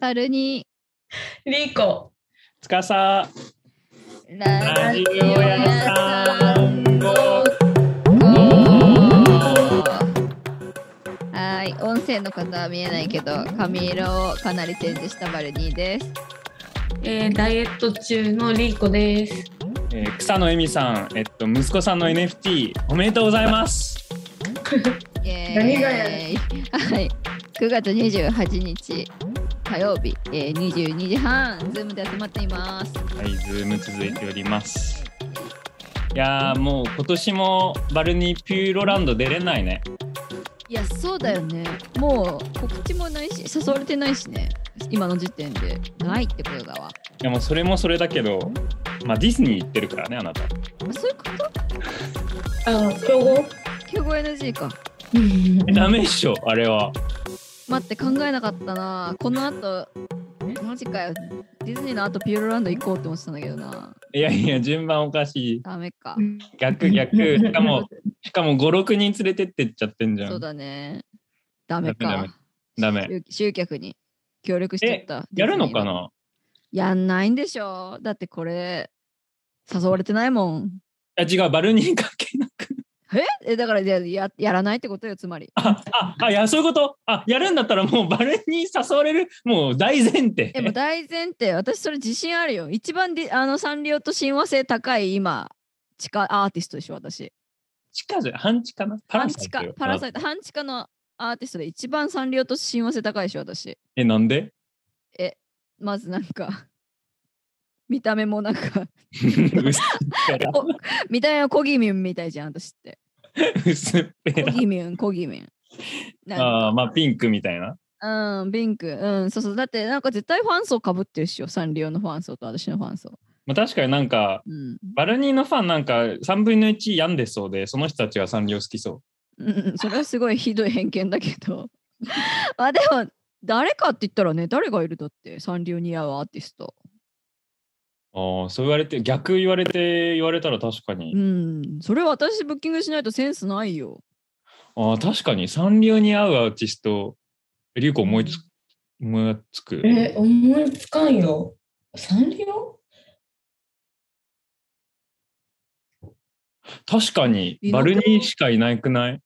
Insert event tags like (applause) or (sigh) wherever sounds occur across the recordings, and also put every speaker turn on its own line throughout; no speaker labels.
タルに
リコ。
つかさ
ラ
ラ
ジ
ジ
オ
オ
屋
屋
さ
さ
ん
ん
はい音声の方は見えないけど髪色をかなりチェンジしたバルニーです
えーダイエット中のリコです。
えー草野恵美さん、えっと、息子さんの NFT おめでとうございます。
イエーイ
何がや
はい9月28日火曜日、えー、22時半ズームで集まっています
はい、ズーム続いております。いやーもう今年もバルニーピューロランド出れないね。
いやそうだよねもう告知もないし誘われてないしね今の時点でないってことだわ
いやもうそれもそれだけど、まあディズニー行ってるからね、あなた。
あそういうこと
あ、競合
競合 NG (laughs) か
ダメっしょ、あれは。
待って考えなかったなこの後マジかよディズニーの後ピューロランド行こうって思ってたんだけどない
やいや、順番おかしい。
ダメか
逆逆。 (laughs) しかも、しかも5、6人連れてってっちゃってんじゃ。
そうんだねダメ
ダメ
か
ダメ。
集集客に協力しちゃった
やるのか
ディズニー
な
やんないんでしょだってこれ誘われてないもん
あ違う、バルニー関係なく。
ええだからじゃあややらないってことよつまり
あ、あ、あ、いや、そういうこと。あ、やるんだったらもうバルニー誘われる、もう大前提
で。も大前提、私それ自信あるよ。一番であのサンリオと親和性高い今、地下アーティストでしょ、私。
地下じゃ、半地下な。パ
半
ラ
地
サイ
下
トよ、
パラサイト、半地下のアーティストで一番サンリオと親和性高いでしょ、私。
え、なんで (laughs)
まずなんか、 (laughs) 見た目もなんか、 (laughs)
薄っぺら。
お見た目はコギミュンみたいじゃん、私って。
薄っぺ
コ
ら。
ギミュン、コギミュン。なんか
あーまあ、ピンクみたいな。
うん、ピンク。うん、そうそう。だってなんか絶対ファン層かぶってるっしょ、サンリオのファン層と私のファン層。
まあ、確かになんか、
うん。
バルニーのファンなんか3分の1病んでそうで、その人たちがサンリオ好きそ
う
う。
んうん、それはすごいひどい偏見だけど (laughs) まあでも誰かって言ったらね誰がいるだってサンリオに合うアーティスト
ああ、そう言われて、逆言われて言われたら確か
う
に。
んそれ私ブッキングしないとセンスないよ
ああ、確かにサンリオに合うアーティスト、リュウコ思いつく。思いつく。
え、思いつかんよ。サンリオ
確かに
い、な
バ
く
ルニーしかいないくない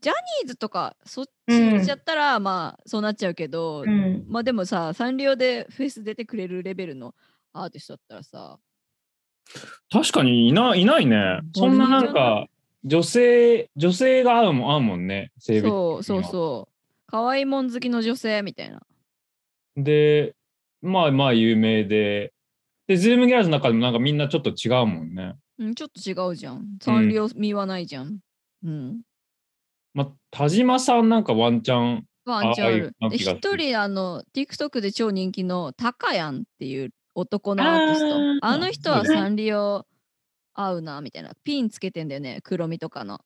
ジャニーズとかそっち
うん
行っちゃったら、まあそうなっちゃうけど、
(laughs) うん。
まあでもさサンリオでフェス出てくれるレベルのアーティストだったらさ
確かにいないいないね。そんななんか、女性、女性が合うもん合うもんね、性別。
そうそうそう可愛いもん好きの女性みたいな
で、まあまあ有名で、で、ズームギャラズの中でもなんかみんなちょっと違うもんね。
うんちょっと違うじゃんサンリオ味はないじゃんうん
まあ、田島さんなんかワンチャン、
ワンチャンある。
ああいう
で
気がす
一
る
人あの TikTok で超人気のタカヤンっていう男のアーティス
あー
ト。あの人は
そう
サンリオ合うなみたいな。ピンつけてんだよね。黒みとかの。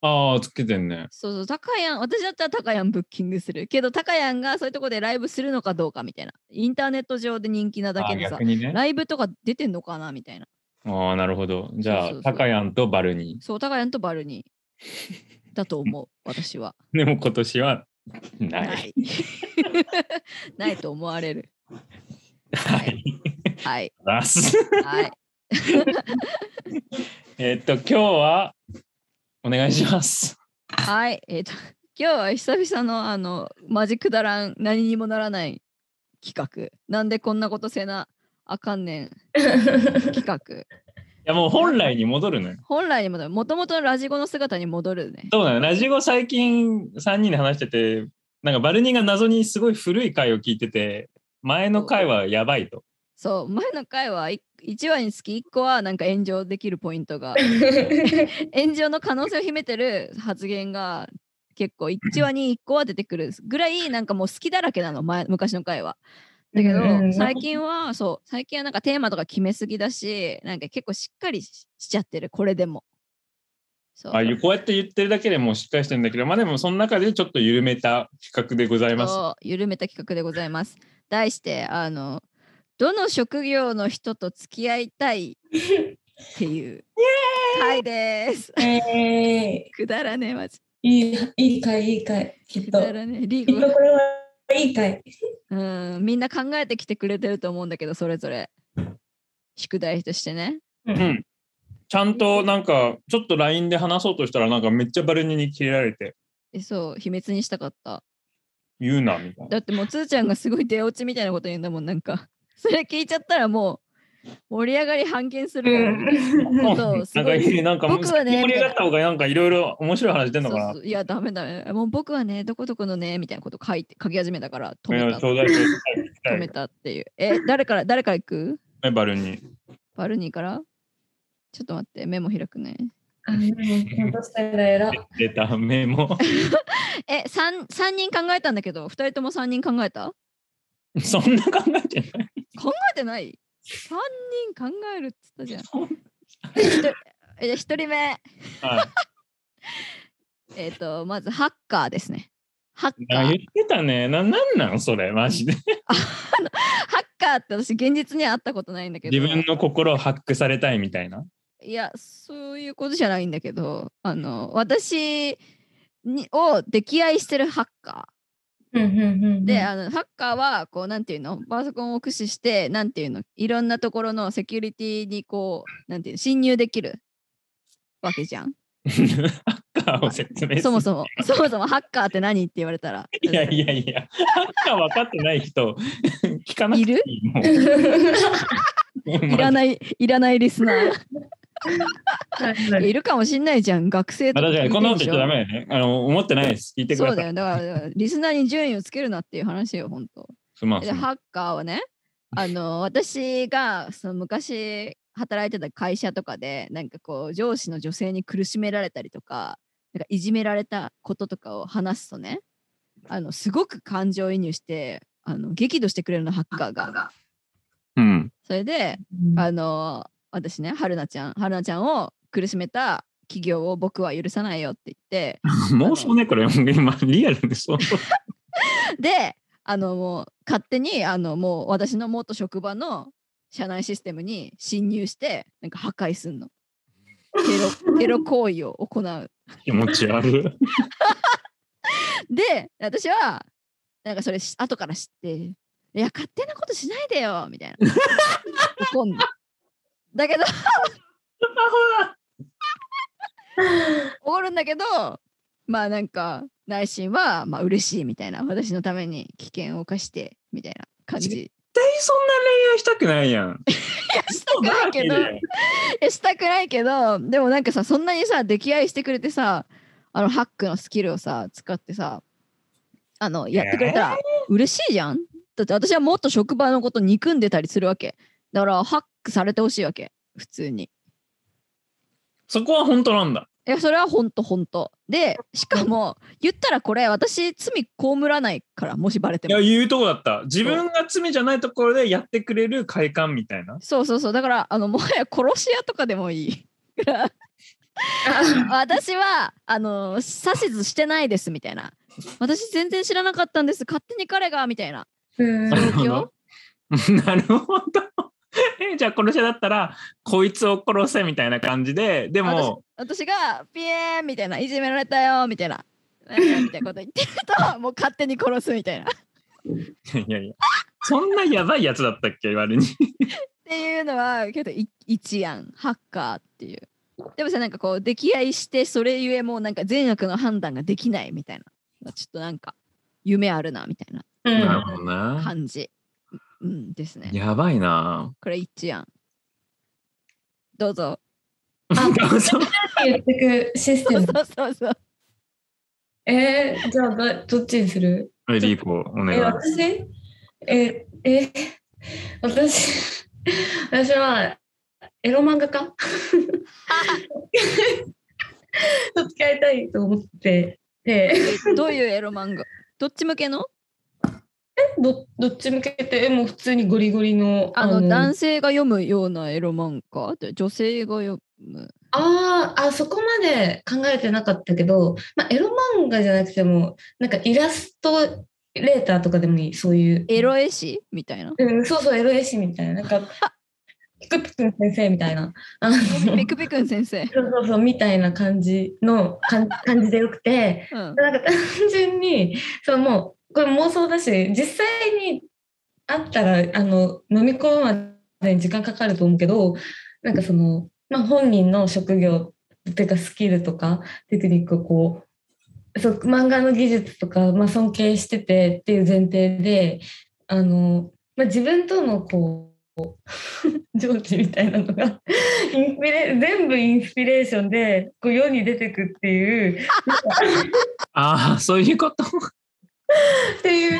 ああ、つけてんね。
そうそう。タカヤン、私だったらタカヤンブッキングする。けどタカヤンがそういうとこでライブするのかどうかみたいな。インターネット上で人気なだ
あ
け
あ
でさ
逆。にね。
ライブとか出てんのかなみたいな。
ああ、なるほど。じ
そ
ゃ
うそう
あ、
そう
タカヤンとバルニ
そう、タカヤンとバルニー。だと思う、私は。
ー。でも今年はない。
ない。 (laughs) ないと思われる。
はい。
はい。
出す。
はい。
えっと、今日は、お願いします。
はい、えっ、と、今日は久々のあの、マジくだらん、何にもならない企画。なんでこんなことせなあかんねん企画。
いやもう本来に戻るのよ。
本来にも、もともとのラジゴの姿に戻るね。
そうなのラジオ最近3人で話してて、なんかバルニーが謎にすごい古い回を聞いてて、前の回はやばいと。
そう、前の回は1話につき1個はなんか炎上できるポイントが、
(laughs)
炎上の可能性を秘めてる発言が結構1話に1個は出てくるぐらいなんかもう好きだらけなの、前昔の回は。だけど、最近はそう最近はなんかテーマとか決めすぎだしなんか結構しっかりししちゃってるこれでもそう
ああいうこうやって言ってるだけでもうしっかりしてるんだけど、まあでもその中でちょっと緩めた企画でございます。
そう緩めた企画でございます題してあのどの職業の人と付き合いたいっていう回です
えー
くだらねえマジ
いい、いい回、いい回、きっ
く
と。
だらねえリ
きっ
ーゴ
とこれはいいかい。
うんみんな考えてきてくれてると思うんだけどそれぞれ宿題としてね
う
う。ん。ちゃんとなんか、ちょっと LINE で話そうとしたら、なんかめっちゃバルニに切れられて、
えそう秘密にしたかった
言うな、みたいな。
だってもうつーちゃんがすごい出落ちみたいなこと言うんだもんなんか (laughs) それ聞いちゃったらもう盛り上がり半減するからね、
そう
そうす
なん
ご
か
い
いい、なんかもう、
僕はね
盛り上がった方がなんかいろいろ面白い話出んのか
そ
な
う。そういやダメダメもう僕はねどこどこのねみたいなこと書いて書き始めたから止
い
め
や
た
ちょうだいちょうだい聞きた
止
い
めたっていうえ誰から誰から行く
えバルニ
バルニーからちょっと待ってメモ開くね
あでも本当したら偉い
出たメモ
え三 3, 人考えたんだけど2人とも3人考えた考
そんな考えてない
えてない ?3 人考えるっつったじゃんひとえ1人目
はい
えっ、とまずハッカーですねハッカ
あ言っ
ー
てたねななんなんそれマジで
ハッカーって私現実には会ったことないんだけど
自分の心をハックされたいみたいない
やそういうことじゃないんだけどあの私にを溺愛してるハッカ
うんうんうん
ーで、
(laughs)
あのハッカーはこうなんていうのパソコンを駆使してなんていうのいろんなところのセキュリティにこうなんていうの侵入できるわけじゃん
ハッカーを説明する
そもそも (laughs) そもそもハッカーって何って言われたら
いやいやいやハッカー分かってない人聞かなくていいもう
いら
い
ないいらないリスナ
(laughs)
ー
(laughs) はいはい
いるかもしんないじゃん学生と
確かにこんなこと
聞い
言
てんでしょ
っちゃダメだよねあの思ってないです聞いてくだ
そう
さい
だよだからリスナーに順位をつけるなっていう話よ本当
すまん
です
まん
ハッカーは
(laughs)
ねあの私がその昔働いてた会社とかでなんかこう上司の女性に苦しめられたりとかなんかいじめられたこととかを話すとねあのすごく感情移入してあの激怒してくれるのハッカーが。
うん
それであの私ね春菜ちゃん春菜ちゃんを苦しめた企業を僕は許さないよって言って
妄想ねこれ今リアルでそう
であのもう勝手にあのもう私の元職場の社内システムに侵入してなんか破壊すんのテロテロ行為を行う
気持ち悪い
で私はなんかそれし後から知って「いや勝手なことしないでよ」みたいな怒んのだけど怒るんだけどまあなんか内心はまあ嬉しいみたいな私のために危険を犯してみたいな感じ
絶対そんな恋愛したくないやん。
したくないけどえしたくないけどでもなんかさそんなにさ溺愛してくれてさあのハックのスキルをさ使ってさあのやってくれたら嬉しいじゃん、だって私はもっと職場のこと憎んでたりするわけだからハックされてほしいわけ普通に
そこは本当なんだ。
いやそれはほんとほんとでしかも言ったらこれ私罪被らないからもしバレて
いや、
も
言うとこだった。自分が罪じゃないところでやってくれる快感みたいな。
そうそうそうだからあのもはや殺し屋とかでもいい
あ
私はあの指図してないですみたいな私全然知らなかったんです勝手に彼がみたいな
うん
状
なるほ
況
ど (laughs) なるほど。えじゃあ殺し屋だったらこいつを殺せみたいな感じででも
私がピエーンみたいないじめられたよみたいななんかみたいなこと言ってるともう勝手に殺すみたいなっ
いやいやそんなやばいやつだったっけ言われに
ていうのはけどい一案ハッカーっていうでもさなんかこう溺愛してそれゆえもうなんか善悪の判断ができないみたいなちょっとなんか夢あるなみたいな
うん
なるほどな
感じ、うん、ですね
やばいな
これ一案どうぞ
あ
そう
言ってくシステ
そう
ム。
そうそうそう。
えー、じゃあどどっちにする
はい (laughs) リーコお願い
え、私え、え、私、私はエロ漫画家ちょっと使いたいと思ってて、
どういうエロ漫画どっち向けの
どどっち向けて、えもう普通にゴリゴリの。
あの
ダン
男
ス
性が読むようなエロ漫画で女性が読む。
あーあ、そこまで考えてなかったけど、まあ、エロ漫画じゃなくても、なんかイラストレーターとかでもいい、そういう。
エロ絵師みたい (laughs) な。
うん、そうそう、エロ絵師みたいな、なんか、ピクピク先生みたいな、あの
(laughs) ピクピクン先生。
そうそうそう、みたいな感じの感感じでよくて、
うん。
なんか単純に、そのもう、これ妄想だし実際にあったらあの飲み込むまでに時間かかると思うけどなんかその、まあ、本人の職業っていうかスキルとかテクニックをこうそう漫画の技術とか、まあ、尊敬しててっていう前提であの、まあ、自分とのこう (laughs) 上智みたいなのがインスピレ全部インスピレーションでこう世に出てくっていう
ああ、そういう
(laughs)
こと。
っていう、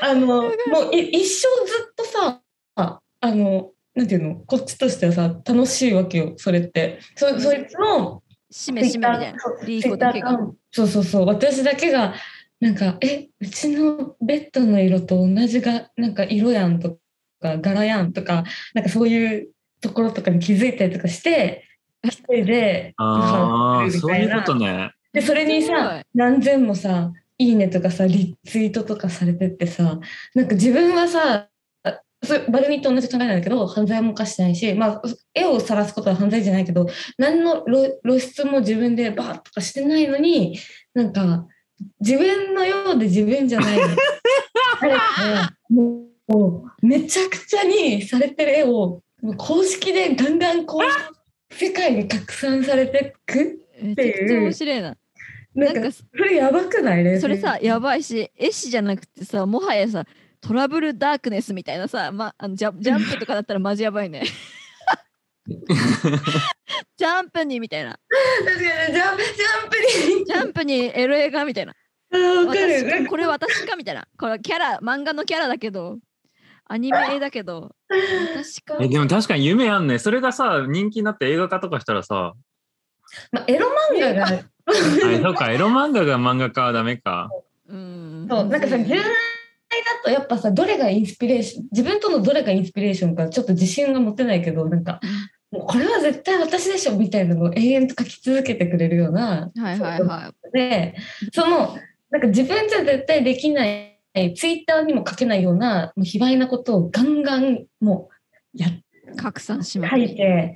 あの、もうい一生ずっとさ、あの、なんていうの、こっちとしてはさ、楽しいわけよ、それって。そそいつの、
しめしめみたいな。リーコだけが。
そうそうそう、私だけが、なんか、え、うちのベッドの色と同じが、なんか色やんとか、柄やんとか、なんかそういうところとかに気づいたりとかして、一人で、
ああ、
ご
そう
飯
い
を作るみ
う
た
ことね。
でそれに
すごい
さ何千もさ「いいね」とかさリツイートとかされてってさなんか自分はさあそれバルニーと同じ考えなんだけど犯罪も犯してないし、まあ、絵を晒すことは犯罪じゃないけど何の露露出も自分でバーッとかしてないのになんか自分のようで自分じゃないあれもうもうめちゃくちゃにされてる絵をもう公式でガンガンこう世界に拡散されてく
めちゃくちゃ面白いな。
な
なんん
か
か
それやばくないね。
それさ、やばいし、絵師じゃなくてさ、もはやさ、トラブルダークネスみたいなさ、ま、あのジャジャンプとかだったらマジや (laughs) ばいね。ジャンプにみたいな。
(laughs) 確かにジャンプ (laughs)
ジャンプにエロ映画みたいな。
ジャンプに。わか
私
る。
かこれ私かみたいな。これキャラ、漫画のキャラだけど、アニメだけど、私か
え、でも確かに夢あんね。それがさ、人気になって映画化とかしたらさ、
まあエロ漫画が
あそうか、エロ漫画が漫画化はダメか。
うん。
そうなんかさ
むずい
純愛だ
ね
とやっぱさどれがインスピレーション自分とのどれがインスピレーションかちょっと自信が持てないけどなんかもうこれは絶対私でしょみたいなのを永遠と書き続けてくれるような
はいはいは
でそのなんか自分じゃ絶対できないツイッターにも書けないようなもう卑猥なことをガンガンもうやっ
い。拡散しま
書
く
い
り。
て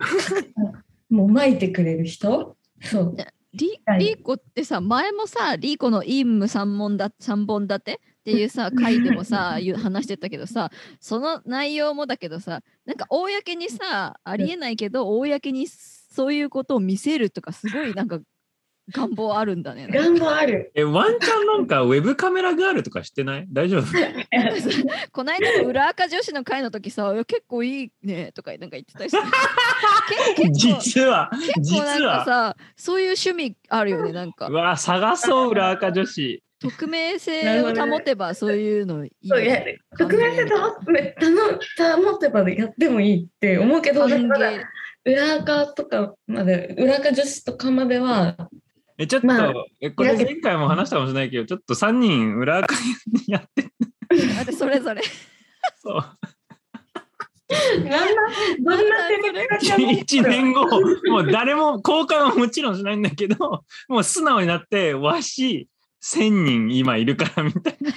(laughs) もう巻いてくれる人そう
リ
はい
リーコってさ前もさリーコの陰夢三本だ三本立てっていうさ回でもさ言う話してたけどさその内容もだけどさなんか公にさありえないけど公にそういうことを見せるとかすごいなんか願望あるんだね。
願望ある
え、ワンチャンなんかウェブカメラガールとかしてない (laughs)
(laughs)
大丈夫
この間の裏垢女子の会の時さいや結構いいねとかなんか言ってたりして
(laughs)
け結構
実は、
結
実
構なんか
は。
さそういう趣味あるよねなん
(laughs)
か
うわ、探そう、裏垢女子。
匿名性を保てばそういうのいいよ
そう
ね
いや特別に保保ってばやってもいいって思うけど
歓迎
まだ裏垢とかまで裏垢女子とかまでは
え、ちょっと、
まあ
えこれ前回も話したかもしれないけど、ちょっと3人裏垢にやって
だってそれぞれ。
そう。
どんなどんな手
1年後、もう誰も交換はもちろんしないんだけど、もう素直になって、わし、1000人今いるからみたいな。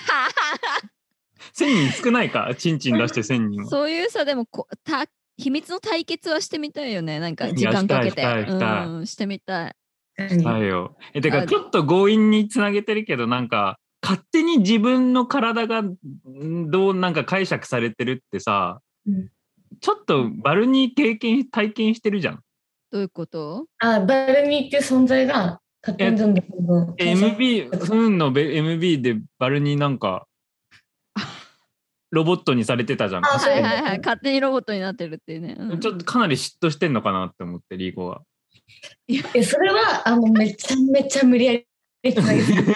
1000人少ないか、ちんちん出して1000人は。
(laughs) そういうさでもこた秘密の対決はしてみたいよねなんか
い
時
や
間かけて
したいしたいしたい
うんしてみたい
は
に
い
(laughs)
よ。え、てか、
あ
ちょっと強引につなげてるけど、なんか、勝手に自分の体がんどうなんか解釈されてるってさ、
うん
ちょっとバルニー経験、体験してるじゃん。
どういうこと
(laughs) あバルニーっていう存在が勝手にどんどんどんどん
MB、フンのべ MB でバルニーなんか、ロボットにされてたじゃん。
あそう
はいはいはい勝手にロボットになってるっていうね、うん
ちょっとかなり嫉妬してんのかなって思って、リーコは。
えそれはあのめちゃめちゃ無理やりつなげてる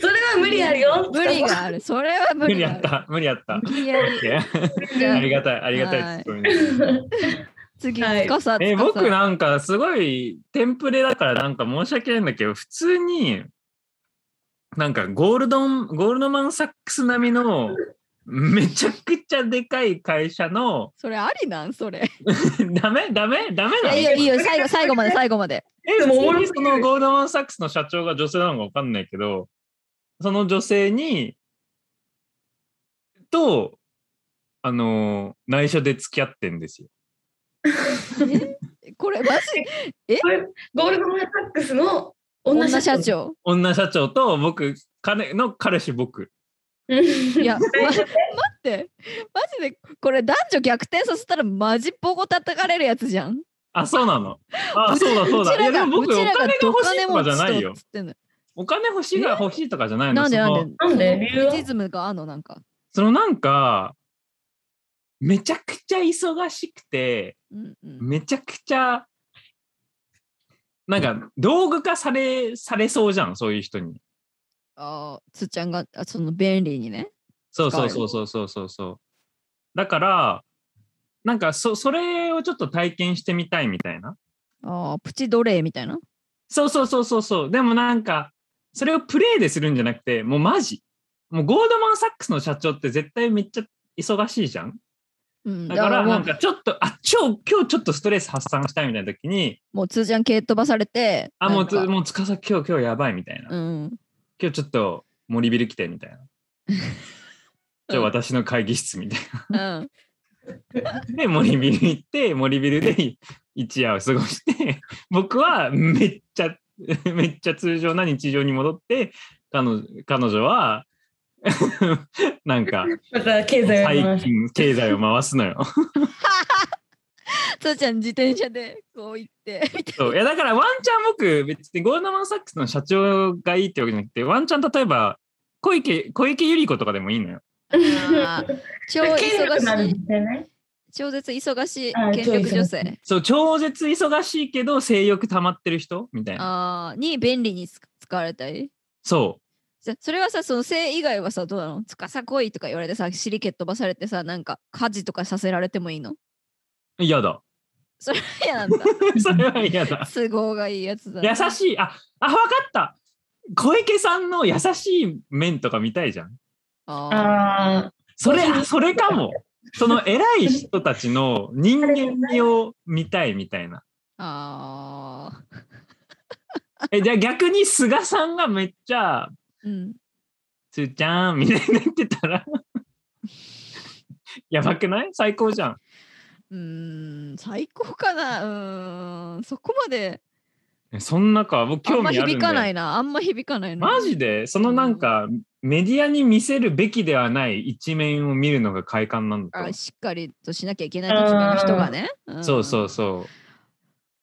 それは無理あるよ
無理があるそれは無
無
理
理
が
(laughs)
あ
やっ
る
た、無理やった。
無理やり (laughs)
ありがたい、ありがた
はいい
ツッコミです。
次
はい
つかさ
え、
つか
僕
さ
なんかすごいテンプレだからなんか申し訳ないんだけど、普通に、なんかゴールドン、ゴールドマンサックス並みの、めちゃくちゃでかい会社の、 (laughs)
それありなんそれ
ダメダメダメ
いや
なの
いいよいいよ最後最 (laughs) 後まで最後まで
え、
で
で
も
も
面白い
そのゴールドマン・サックスの社長が女性なのか分かんないけど、その女性に、と、あのー、内緒で付き合ってんですよ。
これマジ
これゴールドマン・サックスの
女社長。
女社長と僕彼の彼氏僕
いや、わ待って、マジでこれ男女逆転させたらマジボコ叩かれるやつじゃん。
あそうなのあそうだそう
う
だ
ち
いや
ら
で
が、
も
う
僕お
ち
金
ら
が
がど
欲し
金
いと
持
かじゃ
ち
ない
と
よ
っつってんの。
お金欲しいが欲しいとかじゃないの
なんで
その
なんで
なん
その
で理由は
エイジズムがあんのなんか。
そのなんかめちゃくちゃ忙しくて
うんうん、
めちゃくちゃなんか道具化されされそうじゃんそういう人に
ああ、つっちゃんがあその便利にね。
そうそうそうそうそうそうそうだからなんかそそれをちょっと体験してみたいみたいな
ああ、プチ奴隷みたいな。
そうそうそうそうそう。でもなんか、それをプレイでするんじゃなくて、もうマジ。もうゴールドマン・サックスの社長って絶対めっちゃ忙しいじゃん。
うん、
だから
も
なん
う、
かちょっと、あ、今日、今日ちょっとストレス発散したいみたいな時に、
もうつーちゃん蹴っ飛ばされて。
あ、もうつ、
なんか
もうつかさ、今日、今日やばいみたいな。
うん。
今日ちょっと森ビル来てみたいな。じゃあ私の会議室みたい
うん。
な。で、森ビル行って、森ビルで一夜を過ごして、僕はめっちゃ、 (laughs) めっちゃ通常な日常に戻って、彼女彼女は、 (laughs) なんか、
また経済を回
最
す
近経済を回すのよ。
つーちゃん自転車でこう行って。みたいな
そういやだからワンチャン僕別にゴールドマン・サックスの社長がいいってわけじゃなくてワンチャン例えば小池小池百合子とかでもいいのよ。
あ
(laughs)
ー超
権力な
忙
る
しい。
みたいなね
超絶忙しい
あー
権力女性。
そう超絶忙しいけど性欲溜まってる人みたいな。
あーに便利に使使われたり
そ
じゃそれはさその性以外はさどうなのつかさこいとか言われてさ尻蹴っ飛ばされてさなんか家事とかさせられてもいいの
う嫌だ。 (laughs)
いやなんだ
それは嫌だ。
都合がいいやつだな
優しいああ分かった小池さんの優しい面とか見たいじゃん。
あ
あ
それあそれか
(laughs)
も。その偉い人たちの人間味を見たいみたいな。
ーあ
えじゃあ逆に菅さんがめっちゃ
ーうん
つーちゃんみたいになってたら (laughs) やばくない最高じゃん。
うーん最高かなうーんそこまで
えそん中僕
あん
興
ま
味ある
響
ん
かな
で。
いなあんま響かないな
マジでそのなんかメディアに見せるべきではない一面を見るのが快感なんだ
あ
と。
しっかりとしなきゃいけない立場の人がね
そうそううそう。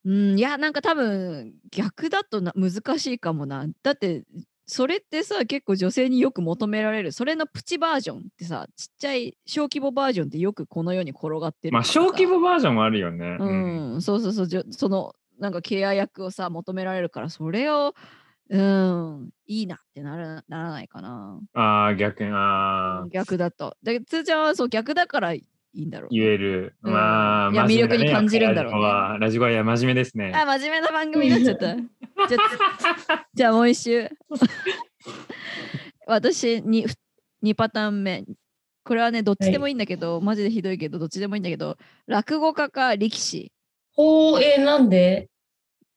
うん、いや、なんか多分逆だとな難しいかもな。だって、それってさ、結構女性によく求められる。それのプチバージョンってさ、ちっちゃい小規模バージョンってよくこの世に転がってる。
まあ小規。模バージョンもあるよね。うん
うん、そうそうそう、じょその、なんかケア役をさ、求められるから、それを、うん、いいなってならならないかな。
ああ逆にああ
逆だと。だけど、つーちゃんはそう逆だからいいんだろう。
言える。
うん
まあ、
いや
真面
魅
目
力に感じるんだろうね
ね。やっぱラジコはラジコは真面目ですね。
あ、真面目な番組になっちゃった。じゃあじゃあもう一 (laughs) 周。私に2パターン目。これはね、どっちでもいいんだけど、マジでひどいけど、どっちでもいいんだけど、落語家か力士。
ほうえーなんで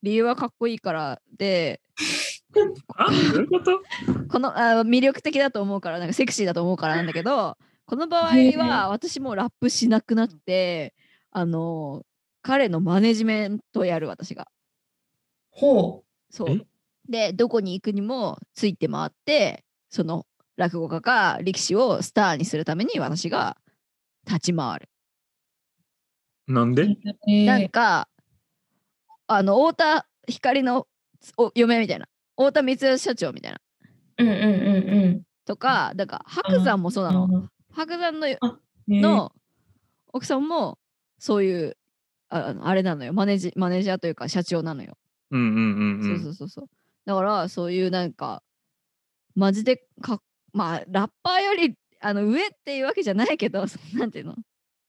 理由はかっこいいからで、
あどういうこと
このあ魅力的だと思うから、なんかセクシーだと思うからなんだけど、この場合
へえ
は私もうラップしなくなって、あの、彼のマネジメントをやる私が。
ほ
そ
え
う。で、どこに行くにもついて回って、その落語家か力士をスターにするために私が立ち回る。
なんで
うえー
なんか、あの、太田光のお嫁みたいな、太田光代社長みたいな、
うんうんうん
とか、だから白山もそうな
う
の。
ん
白山の
うん
の奥さんもそういう、ああのあれなのよマネジ、マネージャーというか社長なのよ。
うんうんうんう
そ
ん。
うそうそうそう。だからそういうなんかマジでかっまあラッパーよりあの上っていうわけじゃないけどそのなんていうの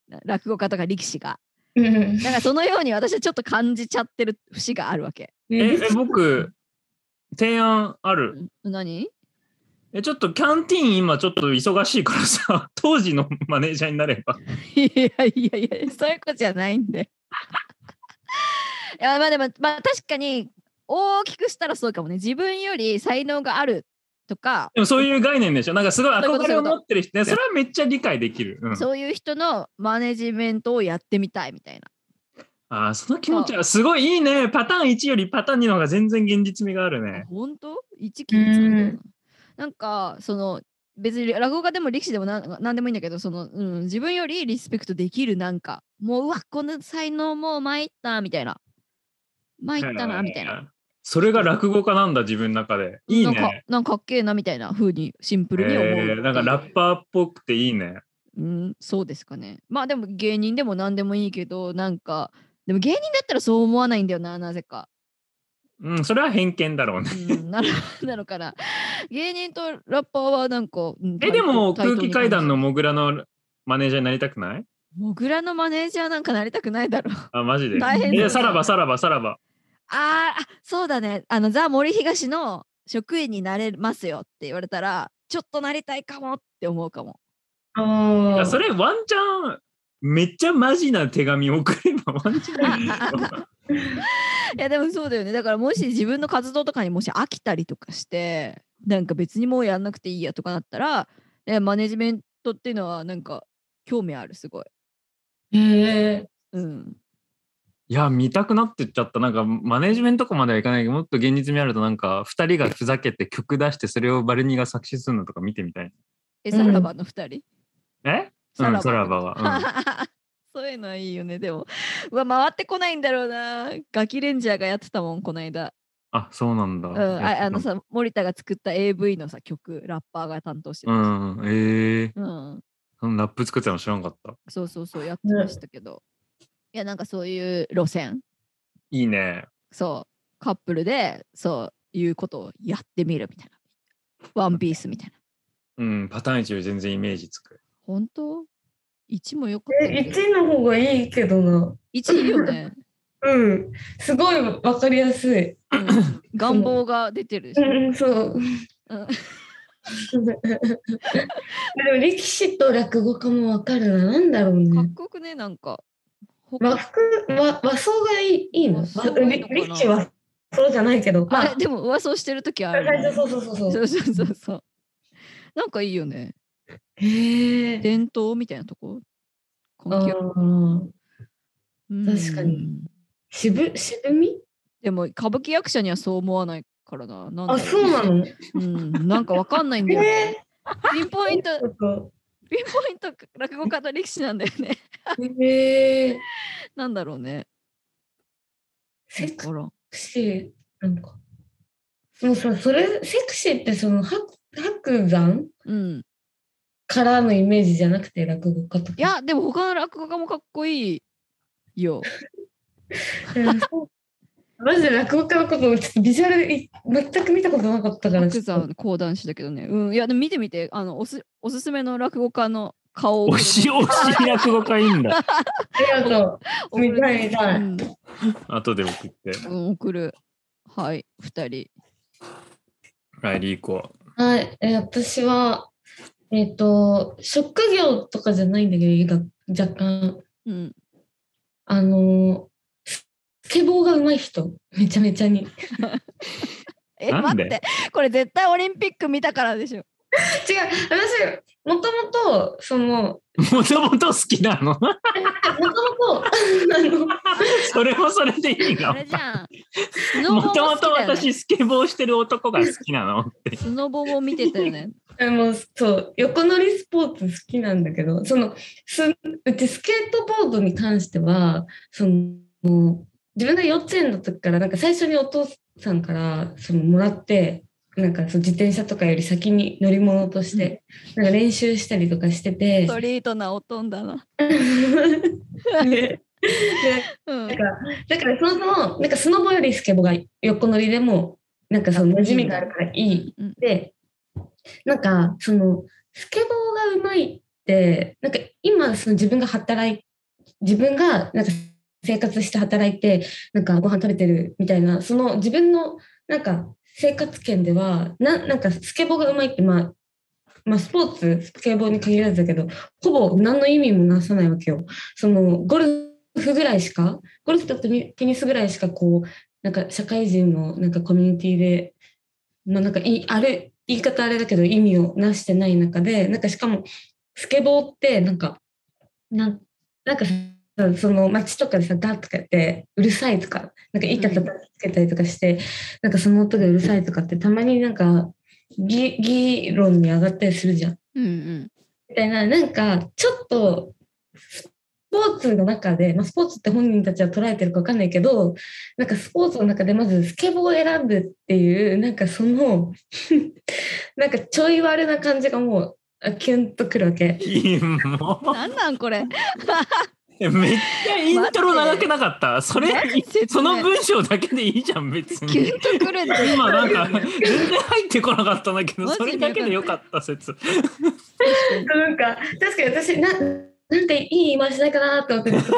な落語家とか力士が
えーうんうん
なんかそのように私はちょっと感じちゃってる節があるわけ。
え
え
え僕提案ある
何
えちょっとキャンティーン今ちょっと忙しいからさ (laughs) 当時のマネージャーになれば
いやいやいやそういうことじゃないんで。いやまあでもまあ確かに大きくしたらそうかもね自分より才能があるとか
でもそういう概念でしょなんかすごい
そういうこと
憧れを持ってる人ねそれはめっちゃ理解できる、うん、
そういう人のマネジメントをやってみたいみたいな。
あーその気持ちはすごいいいね。パターン1よりパターン2の方が全然現実味があるね。
本当一気に作るんだよななんかその別に落語家でも力士でもなんなんでもいいんだけどその、うん、自分よりリスペクトできるなんかもううわこの才能もう参ったみたいな参ったなみたいな。
それが落語家なんだ、自分の中で。いい
なんか
ね。
なんかかっけえなみたいな風にシンプルに思うっていう、
えーなんかラッパーっぽくていいね。
うん、そうですかね。まあでも芸人でも何でもいいけど、なんか、でも芸人だったらそう思わないんだよな、なぜか。
うん、それは偏見だろう
(laughs)
ね。
うん、なのなのかな。芸人とラッパーはなんか、うん
え、でも空気
対等に
階段。
感
のモグラのマネージャーになりたくない
じるモグラのマネージャーなんかなりたくないだろう。
あ、マジで。
大変だ
えさらばさらばさらば。
あーあ、そうだね。あの、ザ・森東の職員になれますよって言われたら、ちょっとなりたいかもって思うかも。
あ
い
あ。
やそれワンチャン、めっちゃマジな手紙送ればワンチャンいいよ。
(laughs) いやでもそうだよねだからもし自分の活動とかにもし飽きたりとかしてなんか別にもうやんなくていいやとかなったら、ね、マネジメントっていうのはなんか興味あるすごい。
へえ。
うん、
いや、見たくなってっちゃった。なんか、マネージメントとかまではいかないけど、もっと現実味あると、なんか、二人がふざけて曲出して、それをバルニーが作詞するのとか見てみたい。
え
う
さ
ん
らばの2人、
え
さ
う
ら
ん、
ば
さらばは。
(laughs) そういうのはいいよねでもうわ回ってこないんだろうなガキレンジャーがやってたもんこの間、
うん、あ、そうなんだ。
う
やっ
ん、
てた
ああのさ森田が作った AV のさ曲ラッパーが担当して
う
まし
ん、ええ
た、うん、
そのラップ作ってたの知らんかった。
そうそうそうやってましたけど、いやなんかそういう路線
いいね。
そう、カップルでそういうことをやってみるみたいな。ワンピースみたいな。
うん、パターン1より全然イメージつく。
本当一もよかった
え、
けど。
1の方がいいけどな。
一いいよね、
うん。すごいわかりやすい。
うん願望が出てるでしょ。
うん、そう。
う
(laughs)
ん
でも力士と落語家もわかるな。なんだろう
か
ね
っ。こよくね、なんか。他
和服和和装がいいいいの
和
わ
装がいいのかな
力士はそうじゃないけど。ま
あ
あ
れ、でも噂をしてるときある、ね。
そうそうそうそ。
そううそうそうそう。なんかいいよね。
へえ。
伝統みたいなとこ。
あ
根気
ー
うん
確かに渋渋み
でも歌舞伎役者にはそう思わないからな。なんだろ
あ、そうなの
うん、なんかわかんないんだよね。ピンポイントピンポイント落語家と歴史なんだよね。 (laughs)
へえ。
なんだろうね。
セ
わか
ク
らん
シーなんか。もうさ、それ、セクシーってその白白山
うん。
からのイメージじゃなくて落語家とか。
いや、でも他の落語家もかっこいいよ。
うんそうマジで落語家のことをちょっとビジュアルい全く見たことなかったから。
白山講談師だけどね。うん。いや、でも見てみて、あの、おすおすすめの落語家の顔を
推し、推し落語家いい
(laughs)
んだ。
ありがと
送る
見たい見たい
うん
後で送って。
うん送る。はい、二人。
ライリー行こ
う。はい。えー私は、えっ、と、職業とかじゃないんだけど、いいか若干、
うん。
あのーススケボーが上手い人、めちゃめちゃに。違う
え、
なん
待
で
って。これ絶対オリンピック見たからでしょ。
私、もともと、その、
う。もともと好きなの (laughs)
もとも (laughs) と、あの、
それもそれでいい
あ
の
れじゃん。スノボ
も
も好き
ともと
だよね
私、スケボーしてる男が好きなのって。
スノボも見てたよ
(laughs)
ね。
あのそう横乗りスポーツ好きなんだけどそのすうちスケートボードに関してはその自分が幼稚園の時からなんか最初にお父さんからそのもらってなんかそう自転車とかより先に乗り物として、なんか練習したりとかしてて
ス。
(laughs)
トリートなおとんだな。
で
うん
なん。かだからそもそもなんかスノボよりスケボーが横乗りでもなんかその馴染みがあるからいい
うん
で、なんか、その、スケボーがうまいって、なんか今、その自分が働い、自分がなんか生活して働いて、なんかご飯食べてるみたいな、その自分のなんか生活圏では、ななんかスケボーがうまいって、まあ、まあ、スポーツ、スケボーに限らずだけど、ほぼ何の意味もなさないわけよ。その、ゴルフぐらいしか、ゴルフとテニスぐらいしか、こう、なんか社会人のなんかコミュニティでまあ、なんかいあれ言い方あれだけど意味をなしてない中でなんかしかもスケボーってなんかなんなんかその街とかでさ、ガッとかやって、うるさいとか、なんか板叩きつけたりとかして、なんかその音がうるさいとかって、たまになんか、議議論に上がったりするじゃん。
うんうん
みたいな、なんか、ちょっと、スポーツの中で、まあ、スポーツって本人たちは捉えてるか分かんないけど、なんかスポーツの中でまずスケボーを選ぶっていう、なんかその、 (laughs) なんかちょい悪な感じがもう、あキュンとくるわけ。
いいもう
なんなんこれ
えめっちゃイントロ長くなかった。それ
何説明
その文章だけでいいじゃん別
キ
に。
ュンとくるん
(laughs)
で
今なんか全然入ってこなかったんだけど、
マジ
そ
で
れだけでよかった説。
なんか、確かに私、な、なんていい言い回しないかなって思ってずっと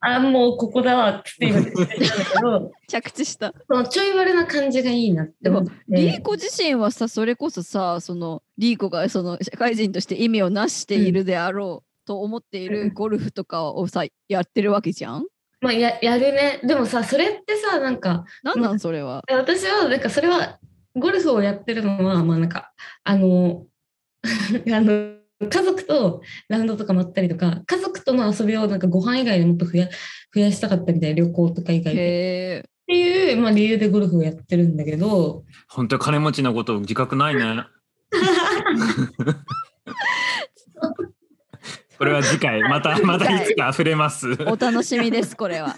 あ、もうここだわっつって今、言ってたんだけど、
着地した
そのちょい悪な感じがいいなって思って。
リーコ自身はさそれこそさそのリーコがその社会人として意味をなしているであろうと思っているゴルフとかをさやってるわけじゃん
まあ、ややるね。でもさ、それってさ、なんか、
なんなんそれは
え私はなんかそれはゴルフをやってるのはまあなんかあの (laughs) あの家族とラウンドとか回ったりとか家族との遊びをなんかご飯以外でもっと増や増やしたかったみたいな旅行とか以外で
へえ
っていう、まあ、理由でゴルフをやってるんだけど
本当金持ちのこと自覚ないね。これは次
(laughs)
回またまたいつか溢れます。
お楽しみですこれは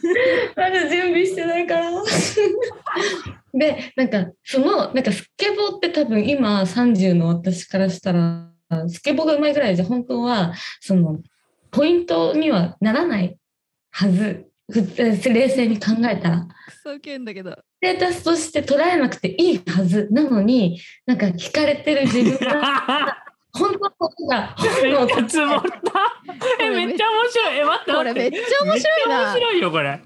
まだ準備してないからでなんかそのなんかスケボーって多分今30の私からしたらスケボーが上手いぐらいじゃ本当はそのポイントにはならないはずふ冷静に考えたら
クソけんだけど
ステータスとして捉えなくていいはずなのになんか惹かれてる自分
(laughs)
が
(laughs)
本当のことが本能
めっちゃ積もった。えめっちゃ面白い。え待って
こ
待
れ
って。
めっちゃ面白い
めっちゃ面
な
白いよこれ。
なんか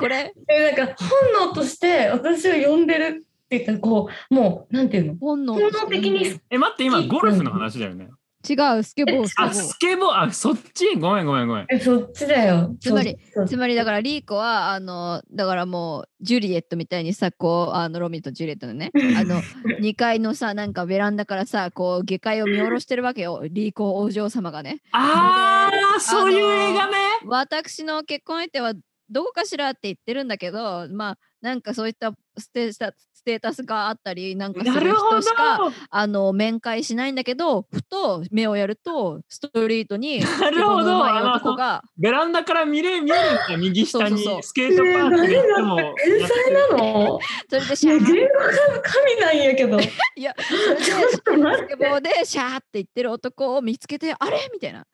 これ
えなんか本能として私を呼んでるっていうかこうもうなんていうの
本能
本能的に
え待って今ゴルフの話だよね。
違うスケボースケボ
あ
ー
スケボーあそっちごめんごめんごめん。
えそっちだよ。
つまり
そう、
つまりだからリーコはあのだからもうジュリエットみたいにさこうあのロミオとジュリエットのねあの2階のさなんかベランダからさこう下界を見下ろしてるわけよリーコ王女様がね
ああそういう映画ね。
私の結婚相手はどうかしらって言ってるんだけどまあなんかそういったステータスステータスがあったりなんかす
な
る
るほど
人しかあの面会しないんだけどふと目をやるとストリートに
なるほ
スケ
ど
ボーの上手い男が
ベランダから見れ見えるんだ右下に
そうそうそう
スケートパークで
えー
も
天才なの
それでシ
い
ャ
や、
ー
言語が神なんやけど。ち
それで
ょっと待
ス
っ
ケボーでシャーって言ってる男を見つけてあれみたいな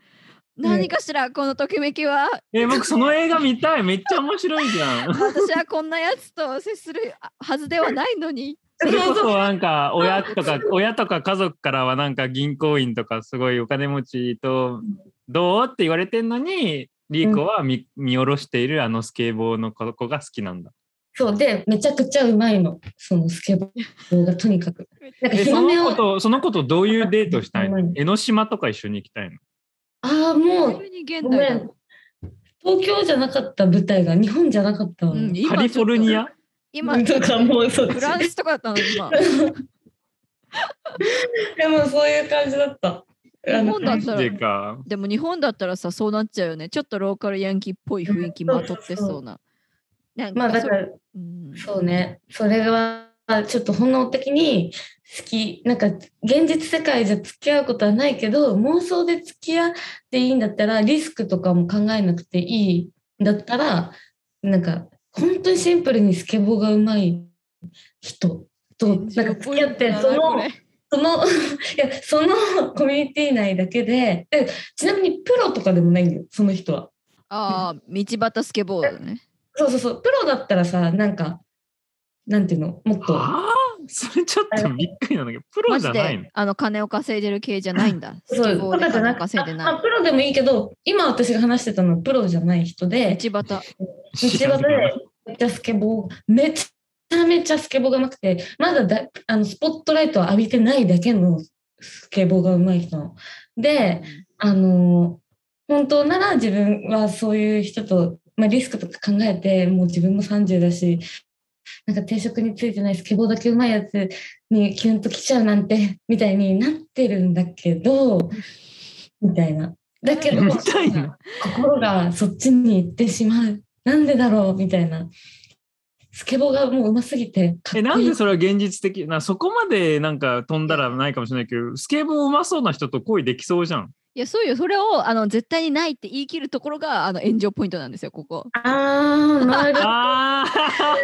何かしらこのときめきは
え僕その映画見たいめっちゃ面白いじゃん。
私はこんなやつと接するはずではないのに
それこそなんか親とか親とか家族からはなんか銀行員とかすごいお金持ちとどうって言われてんのにリーコは見,、見下ろしているあのスケボーの子が好きなんだ。
そうで、めちゃくちゃうまいの。そのスケボーがとにかく。なんか
で
日
そ
の目
の子
を。
とその子とどういうデートしたいの
うん
江ノ島とか一緒に行きたいの。
ああ、もう
急、に現
ご
代
め
だ
ん。東京じゃなかった舞台が日本じゃなかったわ。
うん今
カリフォルニア
今
とかもうそっち
フランスとかだったの今
でもそういう感じだった。
日本だ
あ
っ
の
た
っ
ら
ていうか
でも日本だったらさそうなっちゃうよねちょっとローカルヤンキーっぽい雰囲気まとってそうななん
まあだ
そ
か
れ
ら、
うん
そうね、それはちょっと本能的に好き、なんか現実世界じゃ付き合うことはないけど、妄想で付き合っていいんだったら、リスクとかも考えなくていいんだったら、なんか本当にシンプルにスケボーがうまい人と、なんか付き合って、そ
こ
の、
れ
その、いや、そのコミュニティ内だけで、でちなみにプロとかでもないんだよ、その人は。
ああ道端スケボーだね
そうそうそう、プロだったらさ、なんか、なんていうの、もっと。
はあそれちょっとびっくりなんだけどプロ
マ
じ
ジ
ゃないの
で。あの金を稼いでる系じゃないんだス
そ
ケ
う
ボー
と
で
かじ
金
ゃ
を
なく
稼いで
あま
な
あプロでもいいけど今私が話してたのはプロじゃない人
い
で
道端
道端でめっちゃスケボーめちゃめちゃスケボーがうまくてまだだあのスポットライトを浴びてないだけのスケボーがうまい人なのであの本当なら自分はそういう人と、まあ、リスクとか考えてもう自分も30だしなんか定職についてないスケボーだけうまいやつにキュンときちゃうなんてみたいになってるんだけどみたいな (laughs) だけど
見たいの
心がそっちに行ってしまうなんでだろうみたいなスケボーがもううますぎてかっこい
え
い
なんでそれは現実的なそこまでなんか飛んだらないかもしれないけどスケボーうまそうな人と恋できそうじゃん
(laughs) いやそうよそれをあの絶対にないって言い切るところがあの炎上ポイントなんですよここ。
あーなる
あ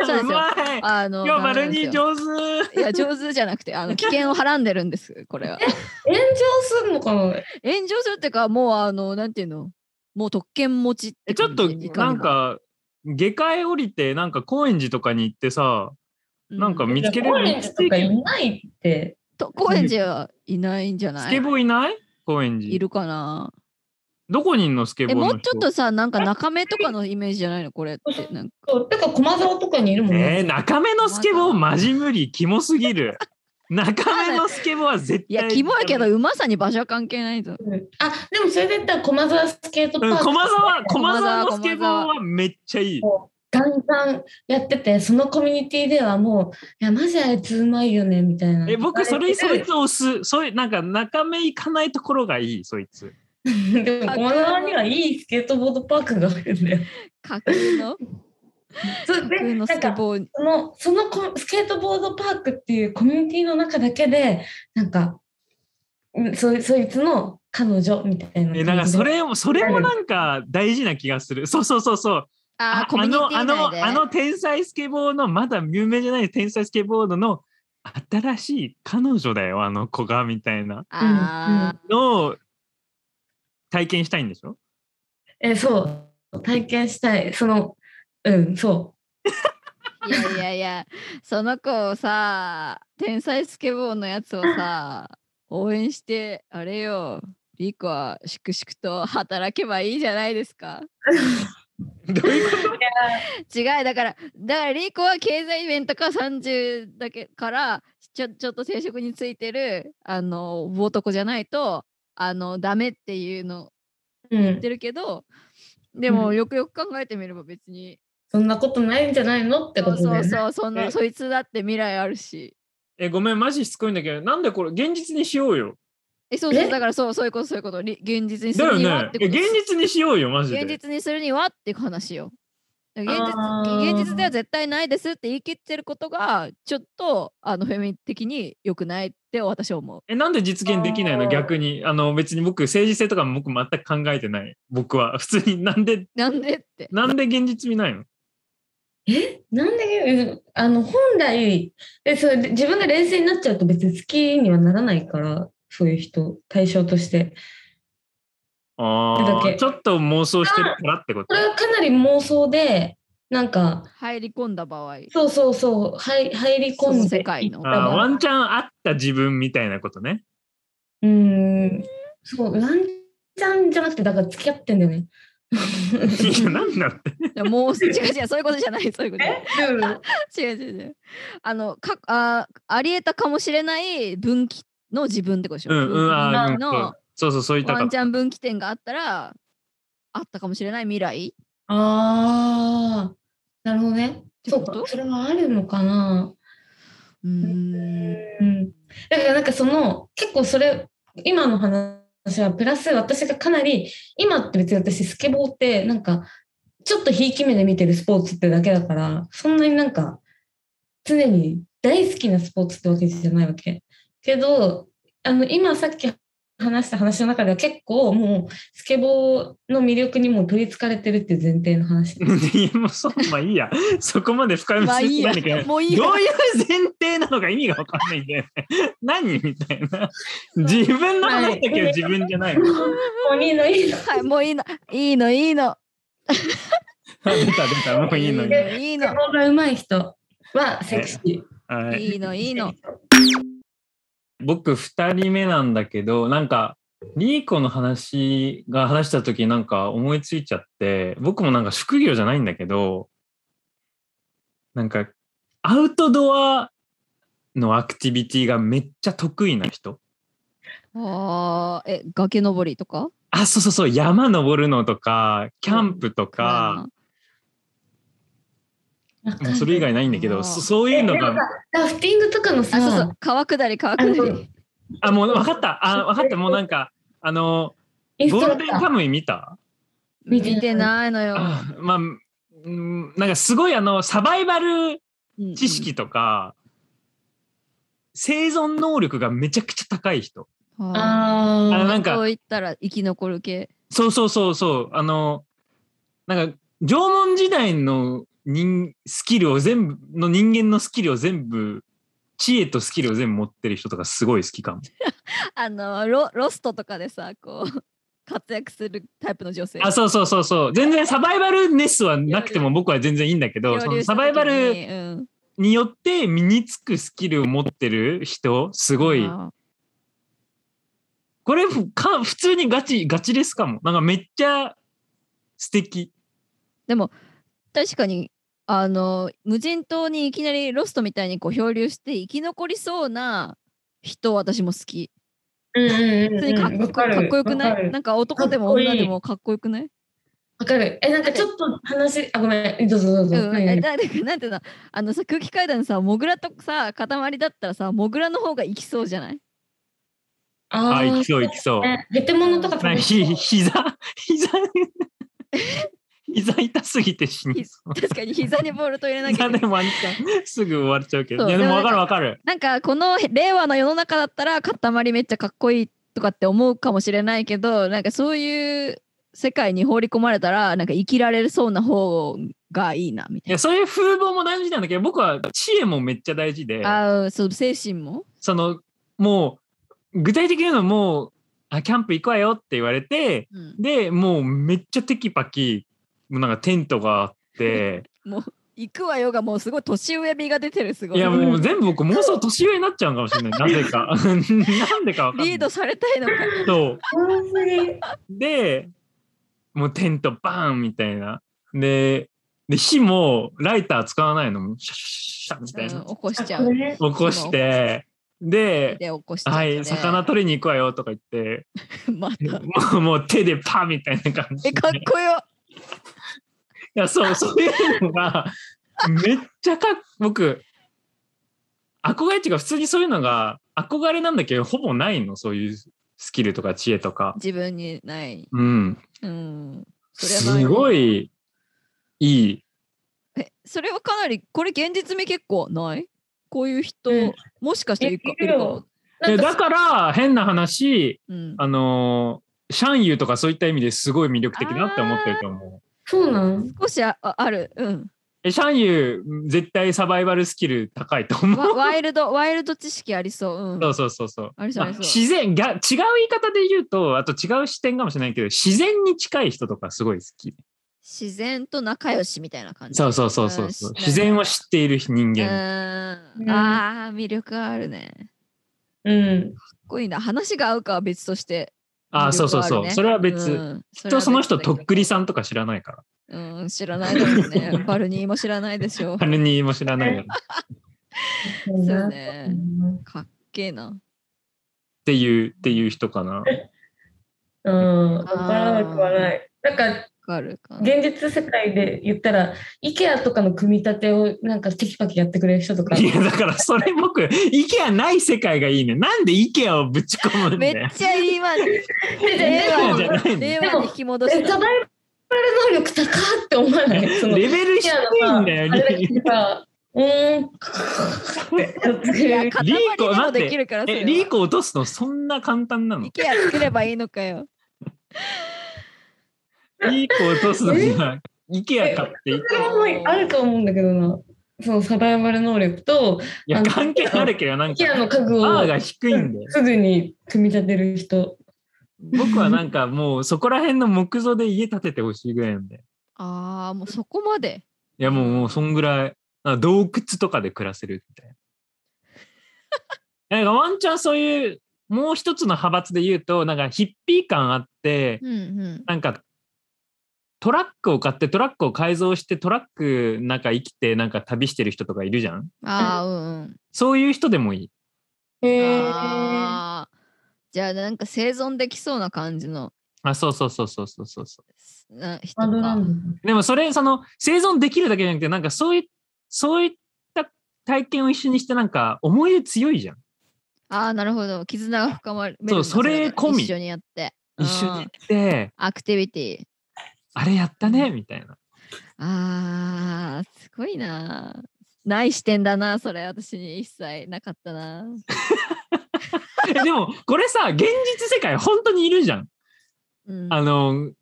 そう
あ
なですよ
うんまい
あの
今日
ダメな
バル
んです
ニー
よ
上手
いや上手じゃなくてあの危険をはらんでるん
(laughs)
ですこれは。
炎上するのかな
炎上するっていうかもうあのなんていうのもう特権持ち
え
て
ちょっ
感じ
と
い
な
かに
ん
も、
か下界降りてなんか高円寺とかに行ってさ
う
なんか見つけれ
高
る
円寺とかいないって
と高円寺はいないんじゃない
スケボーいない高円寺
いるかな
どこにいんのスケボ
え
ーの
も
人
うちょっとさなんか中目とかのイメージじゃないのこれってなんか
そうてか駒沢とかにいるもん
え
ね、
ー、中目のスケボーマジ無理キモす
(laughs)
ぎる中目のスケボーは絶
い
対
やキモいけどうまさに場所は関係ないぞ
うんあでもそれで言ったら駒沢スケートパ
うん、
ーク、
駒
駒
沢駒
沢
沢のスケボーはめっちゃいい
ガンガンやっててそのコミュニティではもう「いやマジあいつうまいよね」みたいな
え僕それそいつを押すそういうなんか中目行かないところがいいそいつ
(laughs) でも駒沢にはいいスケートボードパークがあるんだよ。
架空の
そ
架
れ
空
でな
の
ん
スケ
か
ボー
そのそのコスケートボードパークっていうコミュニティの中だけでなんかうんそいそいつの彼女みたいな感じで。
えなんかそれもそれもなんか大事な気がするそうそうそうそう
あーコミュニティ
あ
内
の
で
あのあの天才スケボーのまだ有名じゃない天才スケボードの新しい彼女だよあの子がみたいな
あ
のを体験したいんでしょ
えそう体験したいそのうんそ
ーいやいやいやその子をさ天才スケボーのやつをさ応援してあれよリコは粛々と働けばいいじゃないですか
どういうこ
違うだからだからリーコは経済イベントか30だけからちょちょっと定職についてるあの男じゃないとあのダメっていうの
う、う
言っ
ん
て、るけどで
う
も
ん
よくよく考えてみれば別に、
そんなことないんじゃないのって
そ
こ
う
とで、
そ
ね、
うそうそんな
え
そいつだって未来あるし
えごめんマジしつこいんだけどなんでこれ現実にしようよ
えそうそう
え
だからそうそういうことそういうことり現実にす
だ
る
よ
には
ね
って
え
こと
現実にしようよマジで
現実にするにはっていう話よ。現
あ
実
ー
現実では絶対ないですって言い切ってることがちょっとあのフェミ的に良くないって私は思う。
え、なんで実現できない
あ
の
ー
逆に。あの、別に僕、政治性とかも僕全く考えてない。僕は。 (laughs) 普通に、なんで、
なんでって。
なんで現実味ないの
えなんであの本来えそれで自分が冷静になっちゃうと別に好きにはならないからそういう人対象として
あ
だ
あ、
け
ちょっと妄想してるからってこと
これはかなり妄想でなんか
入り込んだ場合。
そうそうそうはい入り込
そ
んで
の世界の
いった
あーワ
ら
ンチャンあった自分みたいなこと
(laughs)
ね。
うーんそうワンちゃんじゃなくてだから付き合ってんだよね。
いや、なんだって。
いやもう (laughs) 違う違うそういうことじゃないそういうことじゃない。
(laughs) うん
違う違う違う。あのかあありえたかもしれない分岐の自分ってことでしょ。
うん、うん、あー
分岐
うん
の
そうそうそう、そう言いた
ワ
かっ
ンチ
た。
ャン分岐点があったらあったかもしれない未来。
ああなるほどね。
て
そ
こ
う
と
かそれはあるのかな。
うーん。
うん、だからなんかその結構それ今の話はプラス私がかなり今って別に私スケボーってなんかちょっとひいき目で見てるスポーツってだけだからそんなになんか常に大好きなスポーツってわけじゃないわけけどあの今さっき話した話の中では結構もうスケボーの魅力にもう取りつかれてるっていう前提の話
(laughs) いやもうそうまあいいや、そこまで深み
まあ
す
いい
ぎ
や
ないけど、
もういいや
どういう前提なのか意味がわかんないんだよね。 (laughs) 何みたいな。自分の話だけど自分じゃないの。
(laughs)
鬼のいい
はいもういいのいいのいいの。
あ出た出た、もういいのに。
いい
スケ
の
ボーが上手い人はセクシー。
はい。
いいのいいの。
僕2人目なんだけどなんかリーコの話が話した時なんか思いついちゃって僕もなんか職業じゃないんだけどなんかアウトドアのアクティビティがめっちゃ得意な人
あーえ崖登りとか
あそうそうそう山登るのとかキャンプと
う
か
ん、
もうそれ以外ないんだけ
あー
どそそういうの
えでも
が
さラフティングとかのさ、
あそうそう川下り川
あ
下
の
り。
あもう分かったあ分かったもうなんかあの
インス
ゴ
ト
ー
ラ
ル
ク
デン
ター
カムイ見た
見てない
見てないのよ。
あまあ、うんなんかすごいあの、サバイバル
うん
知識とか、生存能力がめちゃくちゃ高い人。
うんは
あ
あ
あ
ー
のなんか
そう言ったら生き残る系。
そうそうそうそう。あの、なんか、縄文時代の人、スキルを全部、の人間のスキルを全部、知恵とスキルを全部持ってる人とかすごい好きかも。
あのロロストとかでさこう活躍するタイプの女性。
あ、そうそうそうそう。全然サバイバルネスはなくても僕は全然いいんだけど、そのサバイバル
ル
によって身につくスキルを持ってる人、すごい。これふか、普通にガチ、ガチですかも。なんかめっちゃ素敵。
でも確かにあの無人島にいきなりロストみたいにこう漂流して生き残りそうな人私も好き。
うんうん
普
うん
通にかっ
うん
こ
わかる
かっこよく
わ
な
か
い
る
なんか男でも
かっこいい
女でもかっこよくない
わかる。え、なんかちょっと話、あ、ごめん、どうぞどうぞ。
うん
何
え
々
だだからなんていうのあのさ空気階段さモグラとさ塊だったらさモグラの方がいきそうじゃない (laughs)
あ、
あ
い
ー
きそういきそう。
ねヘテモノとか
なんかひ膝、膝、膝痛すぎて死にそう。
確かに膝にボールと入れなきゃ
膝
いけ
で
ない
もワンチャンすぐ終わっちゃうけ
そ
ど。
う
いやでも
でも
わかるわかる。
なんかこの令和の世の中だったら塊めっちゃかっこいいとかって思うかもしれないけどなんかそういう世界に放り込まれたらなんか生きられそうな方がいいなみ
い
たい
やそういう風貌も大事なんだけど、僕は知恵もめっちゃ大事で、
な。あーそう精神も
そのもう具体的に言うのはもうあキャンプ行くわよって言われて、
うん
でもうめっちゃテキパキもうなんかテントがあって、
もう行くわよがもうすごい年上美が出てるすごい
いやもう全部僕妄想年上になっちゃうかもしれ
(laughs)
ない。なぜか (laughs) なんでかわかんない。
リードされたいのか
そう。
多すぎ
で、もうテントバーンみたいな。で、で火もライター使わないのもうシャッシャッシャッみたい
うん
な。
起こしちゃう
こ。れ
起こして、で、
で起こしちゃう、
は
ね。
い、魚取りに行くわよとか言って、
(laughs) また。
もうもう手でパーみたいな感じ
え、
で。
かっこよ。
いや、そう、そういうのが、めっちゃかっ、僕、憧れっていうか、普通にそういうのが、憧れなんだけど、ほぼないの、そういうスキルとか知恵とか。
自分にない。
うん。
うん。それ
すご
い。
い、いい
え、それはかなり、これ現実味結構ないこういう人、
うん
もしかしているか
いる
い
よ
るかも。
なん
え
か
だから変な話
うん。
あのーシャンユーとかそういった意味ですごい魅力的だなって思ってると思う。
そうなん
少しああある。
(laughs)
うん。
えシャンユー絶対サバイバルスキル高いと思
わ
う。
ワイルド、ワイルド知識ありそう。うん。
そうそうそうそう。
ありそうありそう
自然が違う言い方で言うとあと違う視点かもしれないけど自然に近い人とかすごい好き。
自然と仲良しみたいな感じ。
そうそうそうそうそう
うん
自然を知っている人
う
間。
ー。
うんん
ああ、魅力あるね。
うん。
かっこいいな。話が合うかは別として。
ああそうそう
魅力
そ
ある
う、
ね
それは別。
うん
きっとその人とっくりさ
ん。
んとか知らないから。
うん、知らないです
(laughs)
ね。バルニーも知らないでしょう。
誰にも知らないから。っ
そう
そう
な
ね。かっけえな。
ていうっていう人かな。
うん、わからなくはない。なんか
わかるかな。
現実世界で言ったら、IKEA とかの組み立てをなんかテキパキやってくれる人とか。
いやだからそれ僕 IKEA ない世界がいいねなんで IKEA をぶち込むん
め
だよ
っちゃいいわね。
でで
令
で
和
も
IKEA じゃな
に
いの
令和に引き戻
え
し
サ
た。
バイバル能力高って思わ (laughs) ないその
レベル低いんだよ
あれ
リー
だけさうーんってやってく
いや
れる
塊
リ
で
ーコ
も
待って
できるから
えリー
コ。
コ落とすのそんな簡単なの
イケア作ればいいのかよ。
リーコ落とすのには IKEA 買っていい
それもあると思うんだけどなそのサバイバル能力と
や
あの
関係あるけどなんか
IKEA の家具
バー
を
が低いんだよ
すぐに組み立てる人
僕はなんかもうそこら辺の木造で家建ててほしいぐらいなんで
ああ、もうそこまで。
いやもうもうそんぐらいなんか洞窟とかで暮らせるみたいななんかワンチャンそういうもう一つの派閥で言うとなんかヒッピー感あって、
うんうん。
なんかトラックを買ってトラックを改造してトラックなんか生きてなんか旅してる人とかいるじゃん
ああ、うんうん。
そういう人でもいい
へー
ああ。じゃあなんか生存できそうな感じの
あそうそうそうそうそうそうそ
な人
ワンドラ
か。
ン
うでもそれその生存できるだけじゃなくてなんかそういそういった体験を一緒にしてなんか思い出強いじゃん
ああ、なるほど。絆が深まる。
そうそれ込み
一緒にやって。うん
一緒に行って、
アクティビティ。
あれやったねみたいな。
あー、すごいな。ない視点だな、それ。私に一切なかったな。
えでも、これさ、現実世界本当にいるじゃん。
うん。
あの、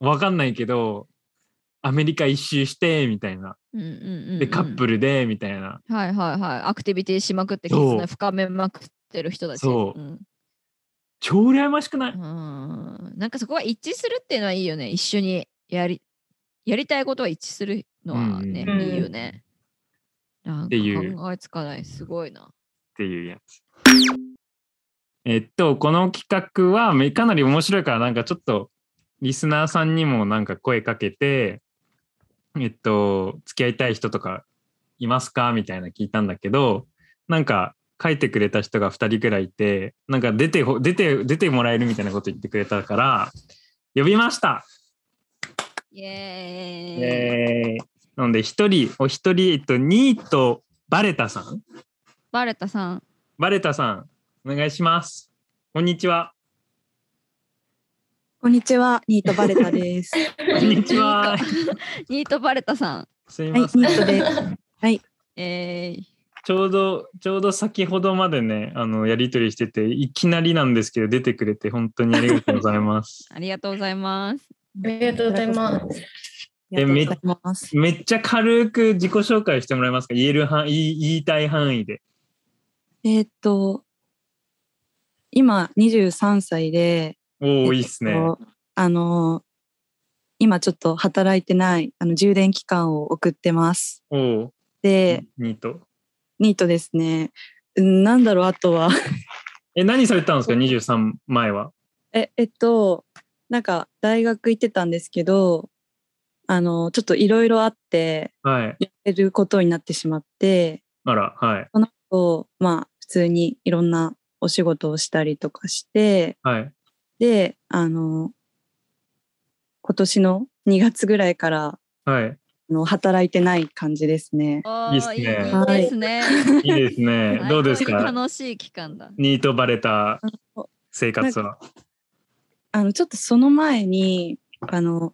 わかんないけど、アメリカ一周して、みたいな。
うんうんうんうん
で、カップルで、みたいな。
はいはいはい。アクティビティしまくって、
そう
絆深めまくってる人たち。
そう
うん
超羨ましくない
うんなんかそこが一致するっていうのはいいよね。一緒にやりやりたいことは一致するのはね、
うん
いいよね。なん
ていう
か考えつかない、すごいな。
っていうやつ。えっと、この企画はめかなり面白いから、なんかちょっとリスナーさんにもなんか声かけて、えっと、付き合いたい人とかいますかみたいな聞いたんだけど、なんか書いてくれた人が2人くらいいて、なんか出てほ、出て、出てもらえるみたいなこと言ってくれたから、呼びました
イエーイ
えーなので、1人、お一人、えっと、ニートバレタさん
バレタさん、
バレタさん、お願いします。こんにちは。
こんにちは、ニートバレタです。は
こんにちは。
ニート (laughs) バレタさん。
(laughs) すみ
い、ニ
ません。
ートです。
えー、
ちょうど、ちょうど先ほどまでね、あの、やりとりしてて、いきなりなんですけど、出てくれて、本当にありがとうござい
(laughs)
ます。
ありがとうございます。
(laughs) ありがとうございます。
ありがとうございます。
めっちゃ軽く自己紹介してもらえますか言える範言い、言いたい範囲で。
えーっと、今23歳で、
おお、
え
い
っと
いっすね。
あの、今ちょっと働いてない、あの、充電期間を送ってます。
おお、
で、
ニート。
ニートですね。うんなんだろう、あとは。 (laughs)
え、何されてたんですか ?23 前は。
え、えっと、なんか大学行ってたんですけど、あの、ちょっといろいろあって、
はい。
やれることになってしまって、
あら、はい。
その後、まあ、普通にいろんなお仕事をしたりとかして、
はい。
で、あの、今年の2月ぐらいから、
はい。
あの働いてない感じですね。
あ
いいっす
ー
ね
いいですね。はい
いいです
(laughs)
ね。どうです
最高に
か
楽しい期間だ。
ニートバレた生活は。
あの、ちょっとその前に、あの、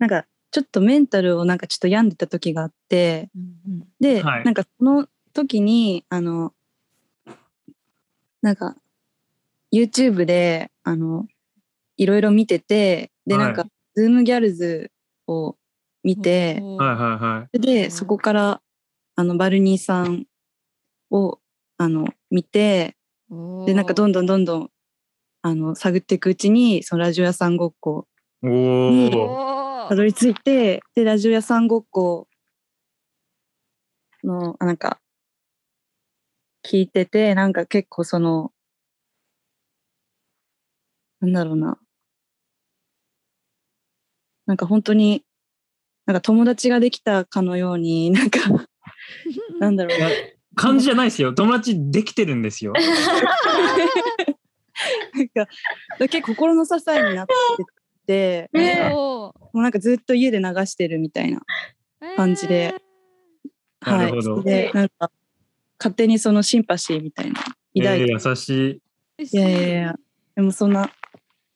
なんか、ちょっとメンタルをなんかちょっと病んでた時があって、で、
はい
なんかその時に、あの、なんか、YouTube で、あの、いろいろ見てて、で、
はい
なんか、ズームギャルズを見
はい
て、
は
はいはい。
で、そこから、あの、バルニーさんを、あの、見て、
い
で、なんか、ど
ん
んどんどんどん、あの、探っていくうちに、そのラジオ屋さんごっこ、
おお。
お
たどり着いて、で、ラジオ屋さんごっこの、あなんか、聞いてて、なんか結構その、なんだろうな。なんか本当に、なんか友達ができたかのように、 (laughs) なんか、なんだろう。
感じじゃないですよ。友達できてるん
(laughs)
ですよ。
なんか、結構心の支えになってて、
ね
おー
もうなんかずっと家で流してるみたいな。感じで
な
は
るほど
い。で、なんか、勝手にそのシンパシーみたいな、抱いて
えー優し
え
い。
ー。
いやいやいや、でもそんな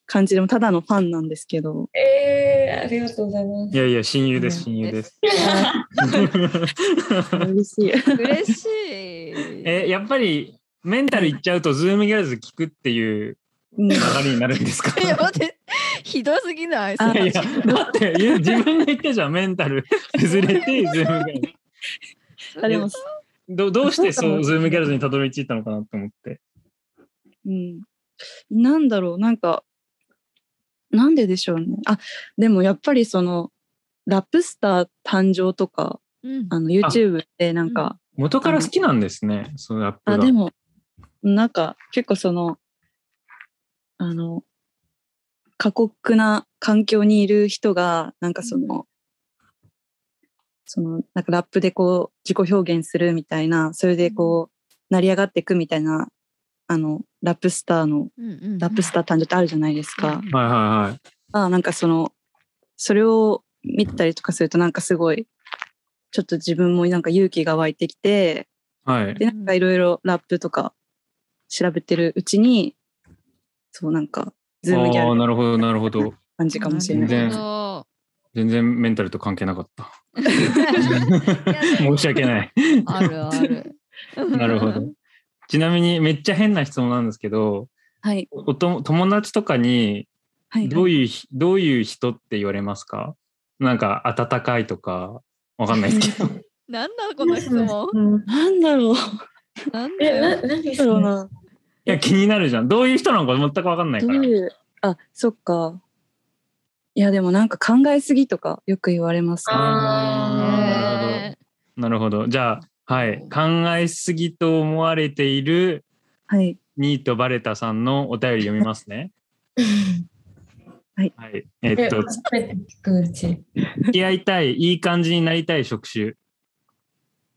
感じでも、ただのファンなんですけど、
えー、ありがとうございま
い
す。
やいや、親友で
う
す、
ん
親友です。 (laughs)
嬉しい。
嬉しい。
え、やっぱりメンタルいっちゃうと、ズームギャルズ聞くっていう
うん
流れになるんですか
いや
(laughs) い
待って、ひどすぎない。
あ
やいや、だっていや自分が言ったじゃん、メンタル崩れて、ズームギャルズ。
あでも、
どどうしてそ
そうか
う、
も
ズームギャルズにたどり着いたのかなと思って。
うん、なんだろう、なんか、なんででしょうね。あ、でもやっぱりその、ラップスター誕生とか、
うん
あの YouTube でなんか、
元から好きなんですね、そのラップ
あ、
が。
でも、なんか結構その、あの、過酷な環境にいる人が、なんかその、その、なんかラップでこう、自己表現するみたいな、それでこう、成り上がっていくみたいな、あの、ラップスターの、
うんうんうん
ラップスター誕生ってあるじゃないです
は
か。
いはいはい。
あなんかその、それを見たりとかすると、なんかすごい、ちょっと自分もなんか勇気が湧いてきて、
はい。
で、なんかいろいろラップとか調べてるうちに、そうなんか、ズームギャ
ああ、
ル
なるほど、なるほど。
感じかもしれない。
全
る
然
ほど
全然メンタルと関係なかった。申し訳ない。
あるある。
なるほど。
(laughs)
ちなみにめっちゃ変な質問なんですけど、
はい。
おと友達とかに
はい。
どういうひどういう人って言われますか？なんか温かいとかわかんない
(laughs)
ですけど。
なんだこの質問。
うん
なんだろう。
なんだ
え、
よ。
な、何
な
そ
んだろう
れ
な。
いや気になるじゃん。どういう人なのか全くわかんない
ど
か
う
ら。
いう、あ、そっか。いや、でもなんか考えすぎとかよく言われますね。
あーなるほど。
ね
なるほど。じゃあ、はい。考えすぎと思われている
はい。
ニートバレタさんのお便り読みます
(laughs)
ね。はい。えっ
え、
と、
初めて聞くうち。
付き合いたい、いい感じになりたい職種。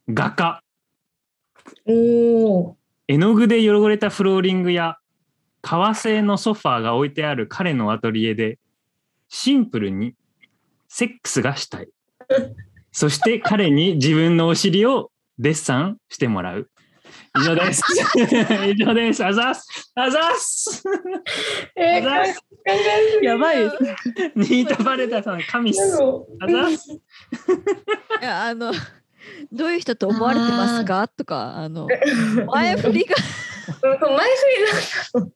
画家、
おお。
絵の具で汚れたフローリングや、革製のソファーが置いてある彼のアトリエで、シンプルにセックスがしたい。そして彼に自分のお尻をデッサンしてもらう。以上です。以上です。あざっす。あざっす。
え
あ
ー、
ざ
考
っす。
えすぎ
やばいです。
ニートバレタさん、神っ
な
す。
の。
あざっす。
いやあのどういう人と思われてますかとかあの前振りが
うんそう前振り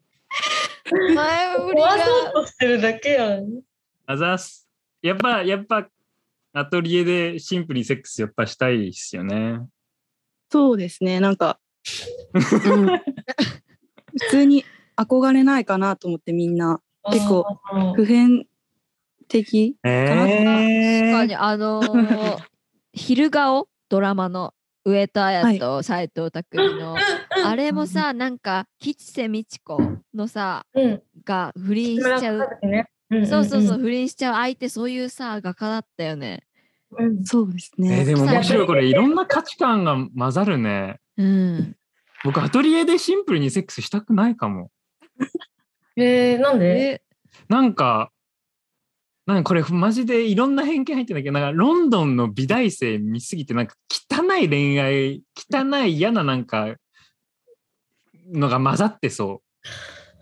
前振り
なんか壊そう
が
としてるだけやん。
あざっす。やっぱ、やっぱ、アトリエでシンプルにセックスやっぱしたいっすよね。
そうですね。なんか、うん普通に憧れないかなと思ってみんな結構
あー。
普遍的
確か
え
にあのー昼顔ドラマの上田彩と斎藤工のあれもさなんか吉瀬美智子のさ
うん。
が不倫しちゃう。
ね。ん
そうそうそう、。不倫しちゃう相手そういうさ画家だったよね。
うん
そうです
えー
ね。
でも面白いこれいろんな価値観が混ざるね。
うん。
僕アトリエでシンプルにセックスしたくないかも。
えー、なん
え
で？
なんか、なんかこれマジでいろんな偏見入ってんだけど、なんかロンドンの美大生見すぎてなんか汚い恋愛、汚い嫌ななんかのが混ざってそ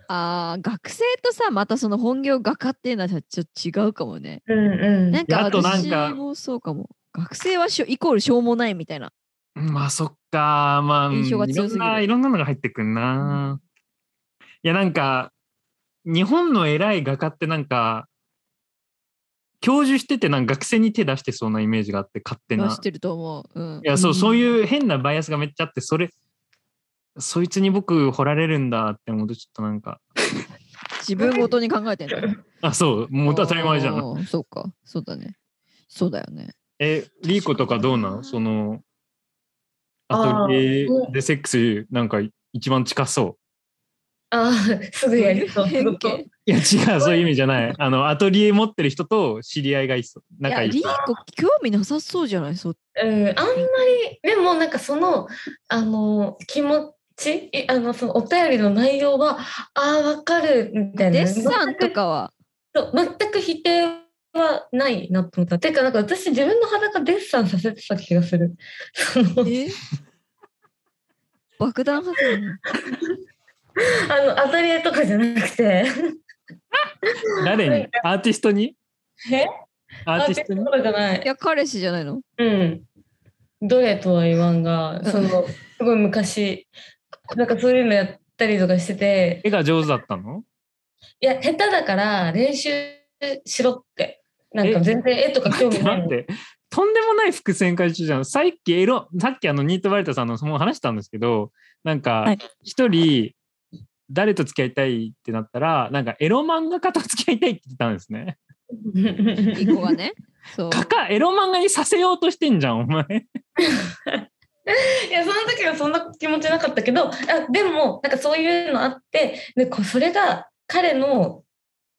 あー学生とさまたその本業画家っていうのはさちょっと違うかもね。
うんうん。
なん
い
か
やあとなん
私
か
もそうかも。学生はしょイコールしょうもないみたいな。
う。まあそっか、まあうん
印
い
象
ろ
が強す
ん
ぎる
な、いろんなのが入ってくんな。いやなんか、日本の偉い画家ってなんか、教授しててなんか学生に手出してそうなイメージがあって勝手な。
知ってると思う。うん
い。やそうう、
ん
そういう変なバイアスがめっちゃあって、それ、そいつに僕掘られるんだって思うと、ちょっとなんか、
自分ごとに考えてる。
あ、そう、もう当たり前じゃん。
ん。そうか。そうだね。そうだよね。
え、リーコとかどうなんその、
あー
アトリエでセックスなんか一番近そう。
あーすぐやりそう。
偏見。
いや違う、そういう意味じゃない。あの、アトリエ持ってる人と知り合いがいそう。
いや
仲いい
リー
人。
コ興味なさそうじゃないそっ
うん、あんまりでもなんかそのあの気持ちいあのそのお便りの内容はあーわかるみたいな
デッサンとかは。
そう全く否定はないなと思ったてかなんか私自分の裸デッサンさせてた気がするその
え爆弾発
(laughs)
言。
(laughs) あのアトリエとかじゃなくて
誰にアーティストに
え
アーティストに
とかじゃない
いや彼氏じゃないの
うん。どれとは言わんが、その、すごい昔、なんかそういうのやったりとかしてて、
絵が上手だったの
いや、下手だから練習しろって。なんか全然絵とか興味ない
待っ
の。
て、とんでもない伏線回収じゃん。さっきエロ、さっきあのニートバレタさんのもう話したんですけど、なん
は
か
い
一人、誰と付き合いたいってなったら、なんかエロ漫画家と付き合いたいって言ってたんですね。
(laughs)
リーコがね。そう。
画家、エロ漫画にさせようとしてんじゃん、お前。
いや、その時はそんな気持ちなかったけど、あでも、なんかそういうのあって、で、こそれが彼の、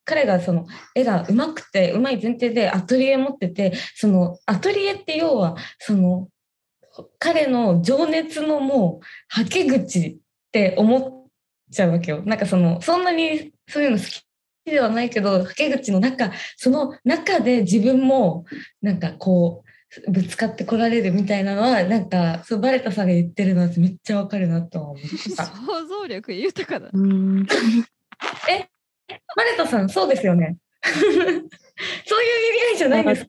彼がその絵がうまくて、うまい前提でアトリエ持ってて、そのアトリエって要は、その、彼の情熱のもう、はけ口って思っちゃうわけよ。なんかその、そんなにそういうの好きではないけど、はけ口の中、その中で自分も、なんかこう、ぶつかってこられるみたいなのは、なんか、そう、バレタさんが言ってるのはめっちゃわかるなとは思った。
(laughs)
想像力豊かだ。
うん。
マレタさん、そうですよね。そういう意味合いじゃないんです。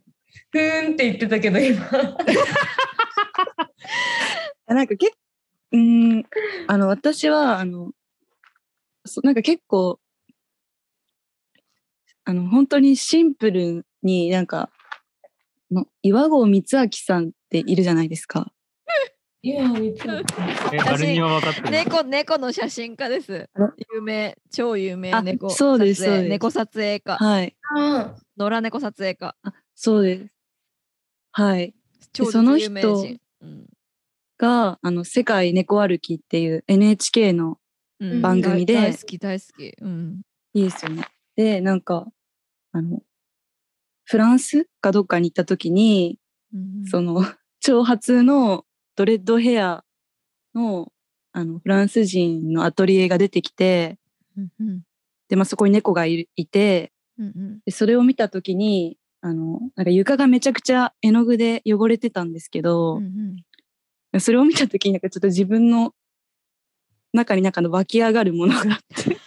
ふーんって言ってたけど、今。
なんか結構、うーん、あの、私は、あの、そなんか結構、あの、本当にシンプルになんか、の岩合光明さんっているじゃないですか。
今見つけた
え、誰には分かってる。
猫猫の写真家です
あら。
有名、超有名
あ
猫。
そうです
撮影
そうです
猫撮影家。
はい。
あ
野良猫撮影家。
そうです。はい。
超
その人
有名人。うん
が、あの、世界猫歩きっていう NHK の、
うん
番
組で
大大好き大好き。うん。
いいですよね。で、なんか、あの、フランスかどっかに行った時に、その、 (laughs) 長髪のドレッドヘアの、あの、フランス人のアトリエが出てきて、
うんうん
で、まあ、そこに猫がいるいて、
うんうん
でそれを見た時に、あの、なんか床がめちゃくちゃ絵の具で汚れてたんですけど、
うんうん
それを見た時になんかちょっと自分の中になんかの湧き上がるものがあって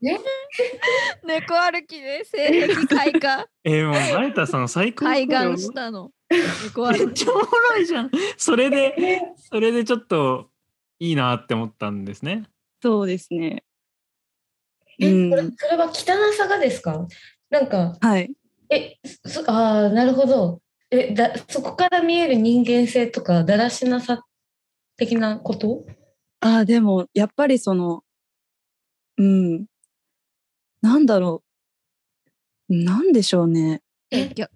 (laughs)
猫歩きで性的開花
えー、もう、マレタさん最高だ
開
よ
眼したの。猫
め
歩
っ
き。
ちゃおもろいじゃん。それ
あ。
で、
え
それでちょっといいなって思ったんですね。
そうですね。う
えそれ
ん、
それは汚さがですかなんか、
はい
え、そああ、なるほど。えだ、そこから見える人間性とか、だらしなさ的なこと
あーでもやっぱりそのうんなんだろうなんでしょうね
え
え
ぎょ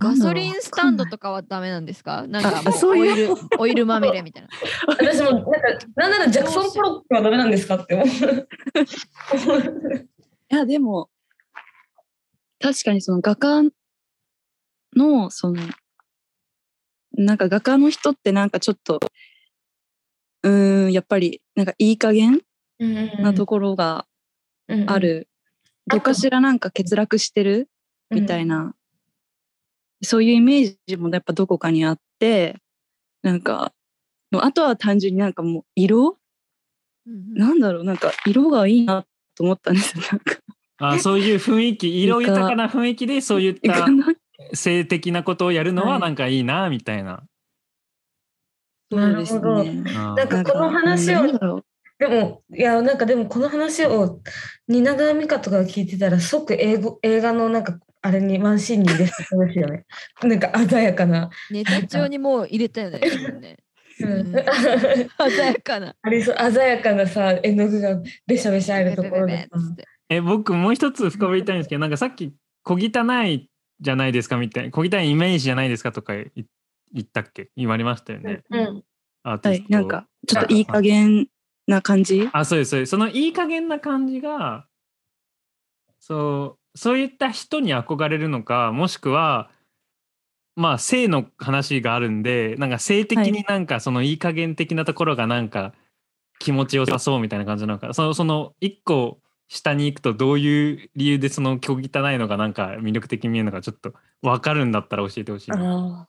な
ガ
んだろ
ソ
う
リンスタンドとかはダメなんですかなんか
あ
もう
そう
オ
い
イル
う
オイルまみれみたいな。
私も、なんか、なんならジャクソン・ポロックはダメなんですか (laughs) って思う。
いやでも確かにその画家のそのなんか画家の人ってなんかちょっとうーんやっぱりなんかいい加減なところがある、
うん
どっかしらなんか欠落してるみたいな、そういうイメージもやっぱどこかにあってなんかもうあとは単純になんかもう色
うん
なんだろうなんか色がいいなと思ったんですよなんか
あそういう雰囲気、色豊かな雰囲気で、そういっ
い
た
かない
性的なことをやるの
は
はいなんかいいな、みたいな。
なる
そうで
ほ
す
ど
ね
うん
なんかこの話を
なんだろう
でも、いや、なんかでもこの話を蜷川美香とかが聞いてたら、即英語映画のなんか、あれに、ワンシーンに入れてそうですよね。 (laughs) なんか鮮やかな。
ネタ帳にもう入れたよね。多分ね
うん
うん鮮やかな。
ありそう、鮮やかなさ、絵の具がべしゃべしゃあるところ
ベベ
で
ベベ。つって
え僕もう一つ深掘りたいんですけどなんかさっき小汚いじゃないですかみたいな小汚いイメージじゃないですかとかい言ったっけ言われましたよね、
うん、
アーテ
は
ィス
い
ト
なんかちょっといい加減な感じ
あそうですそうですそのいい加減な感じがそうそういった人に憧れるのかもしくはまあ性の話があるんでなんか性的になんかそのいい加減的なところがなんか気持ちよさそうみたいな感じなのかそのその一個下に行くとどういう理由でその虚汚いのがなんか魅力的に見えるのかちょっと分かるんだったら教えてほしいな。
あ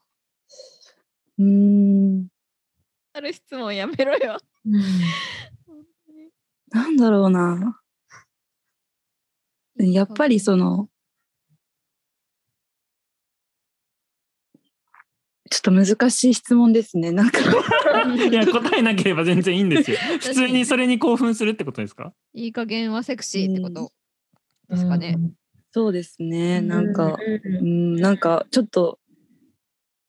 うーん
ある質問やめろよ。
なんだろうなやっぱりそのちょっと難しい質問ですねなんか
いや答えなければ全然いいん (laughs) ですよ。普通にそれに興奮するってことですか
いい加減はセクシーってこと
う
ですかね。
そうですねなんか
うん
うんなんかちょっと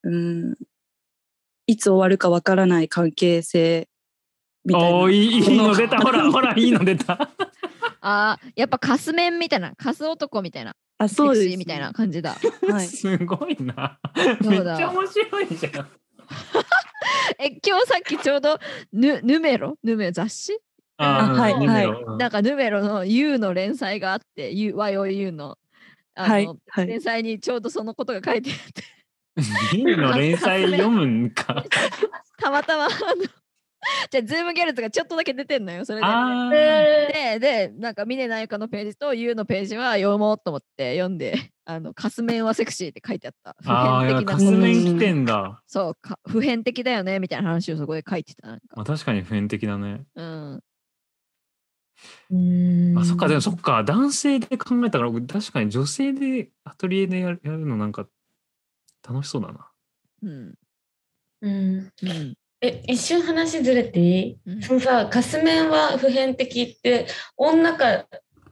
うんいつ終わるかわからない関係性みたいな
おーいいいいの出た
こ
ほらほらいいの出た
ああ、やっぱカスメンみたいな、カス男みたいな、
あ
セ
そう
ク
です
シーみたいな感じだ。
はい
すごいな
そ
めっ
う
ち
だ
ゃ面白いじゃん
え、今日さっきちょうどヌヌメロヌメロ雑誌
あはい
うん
はい
ヌメロうん
なんかヌメロの U の連載があって、U YOU の。あの
はいはい
連載にちょうどそのことが書いてあって、 (laughs)
いいの連載読むんか
たまたまあの、じゃあズームギャルズがちょっとだけ出てんのよ、それで。
あー
え
で、で、なんか、峰那由香のページと U のページは読もうと思って読んで、 (laughs) あの、カスメンはセクシーって書いてあった。
あーい
普
や
遍的
か
な
すめん来てんだ、
そうか、普遍的だよねみたいな話をそこで書いてた。なん
まあ、
か
確かに普遍的だね
うん、
うん
あ、そっか、でもそっか、男性で考えたから、僕確かに女性でアトリエでやるやるのなんか楽しそうだな。
うん。
うん
うん。
え一瞬話ずれていい
うん
そのさ、カスメンは普遍的って、女か、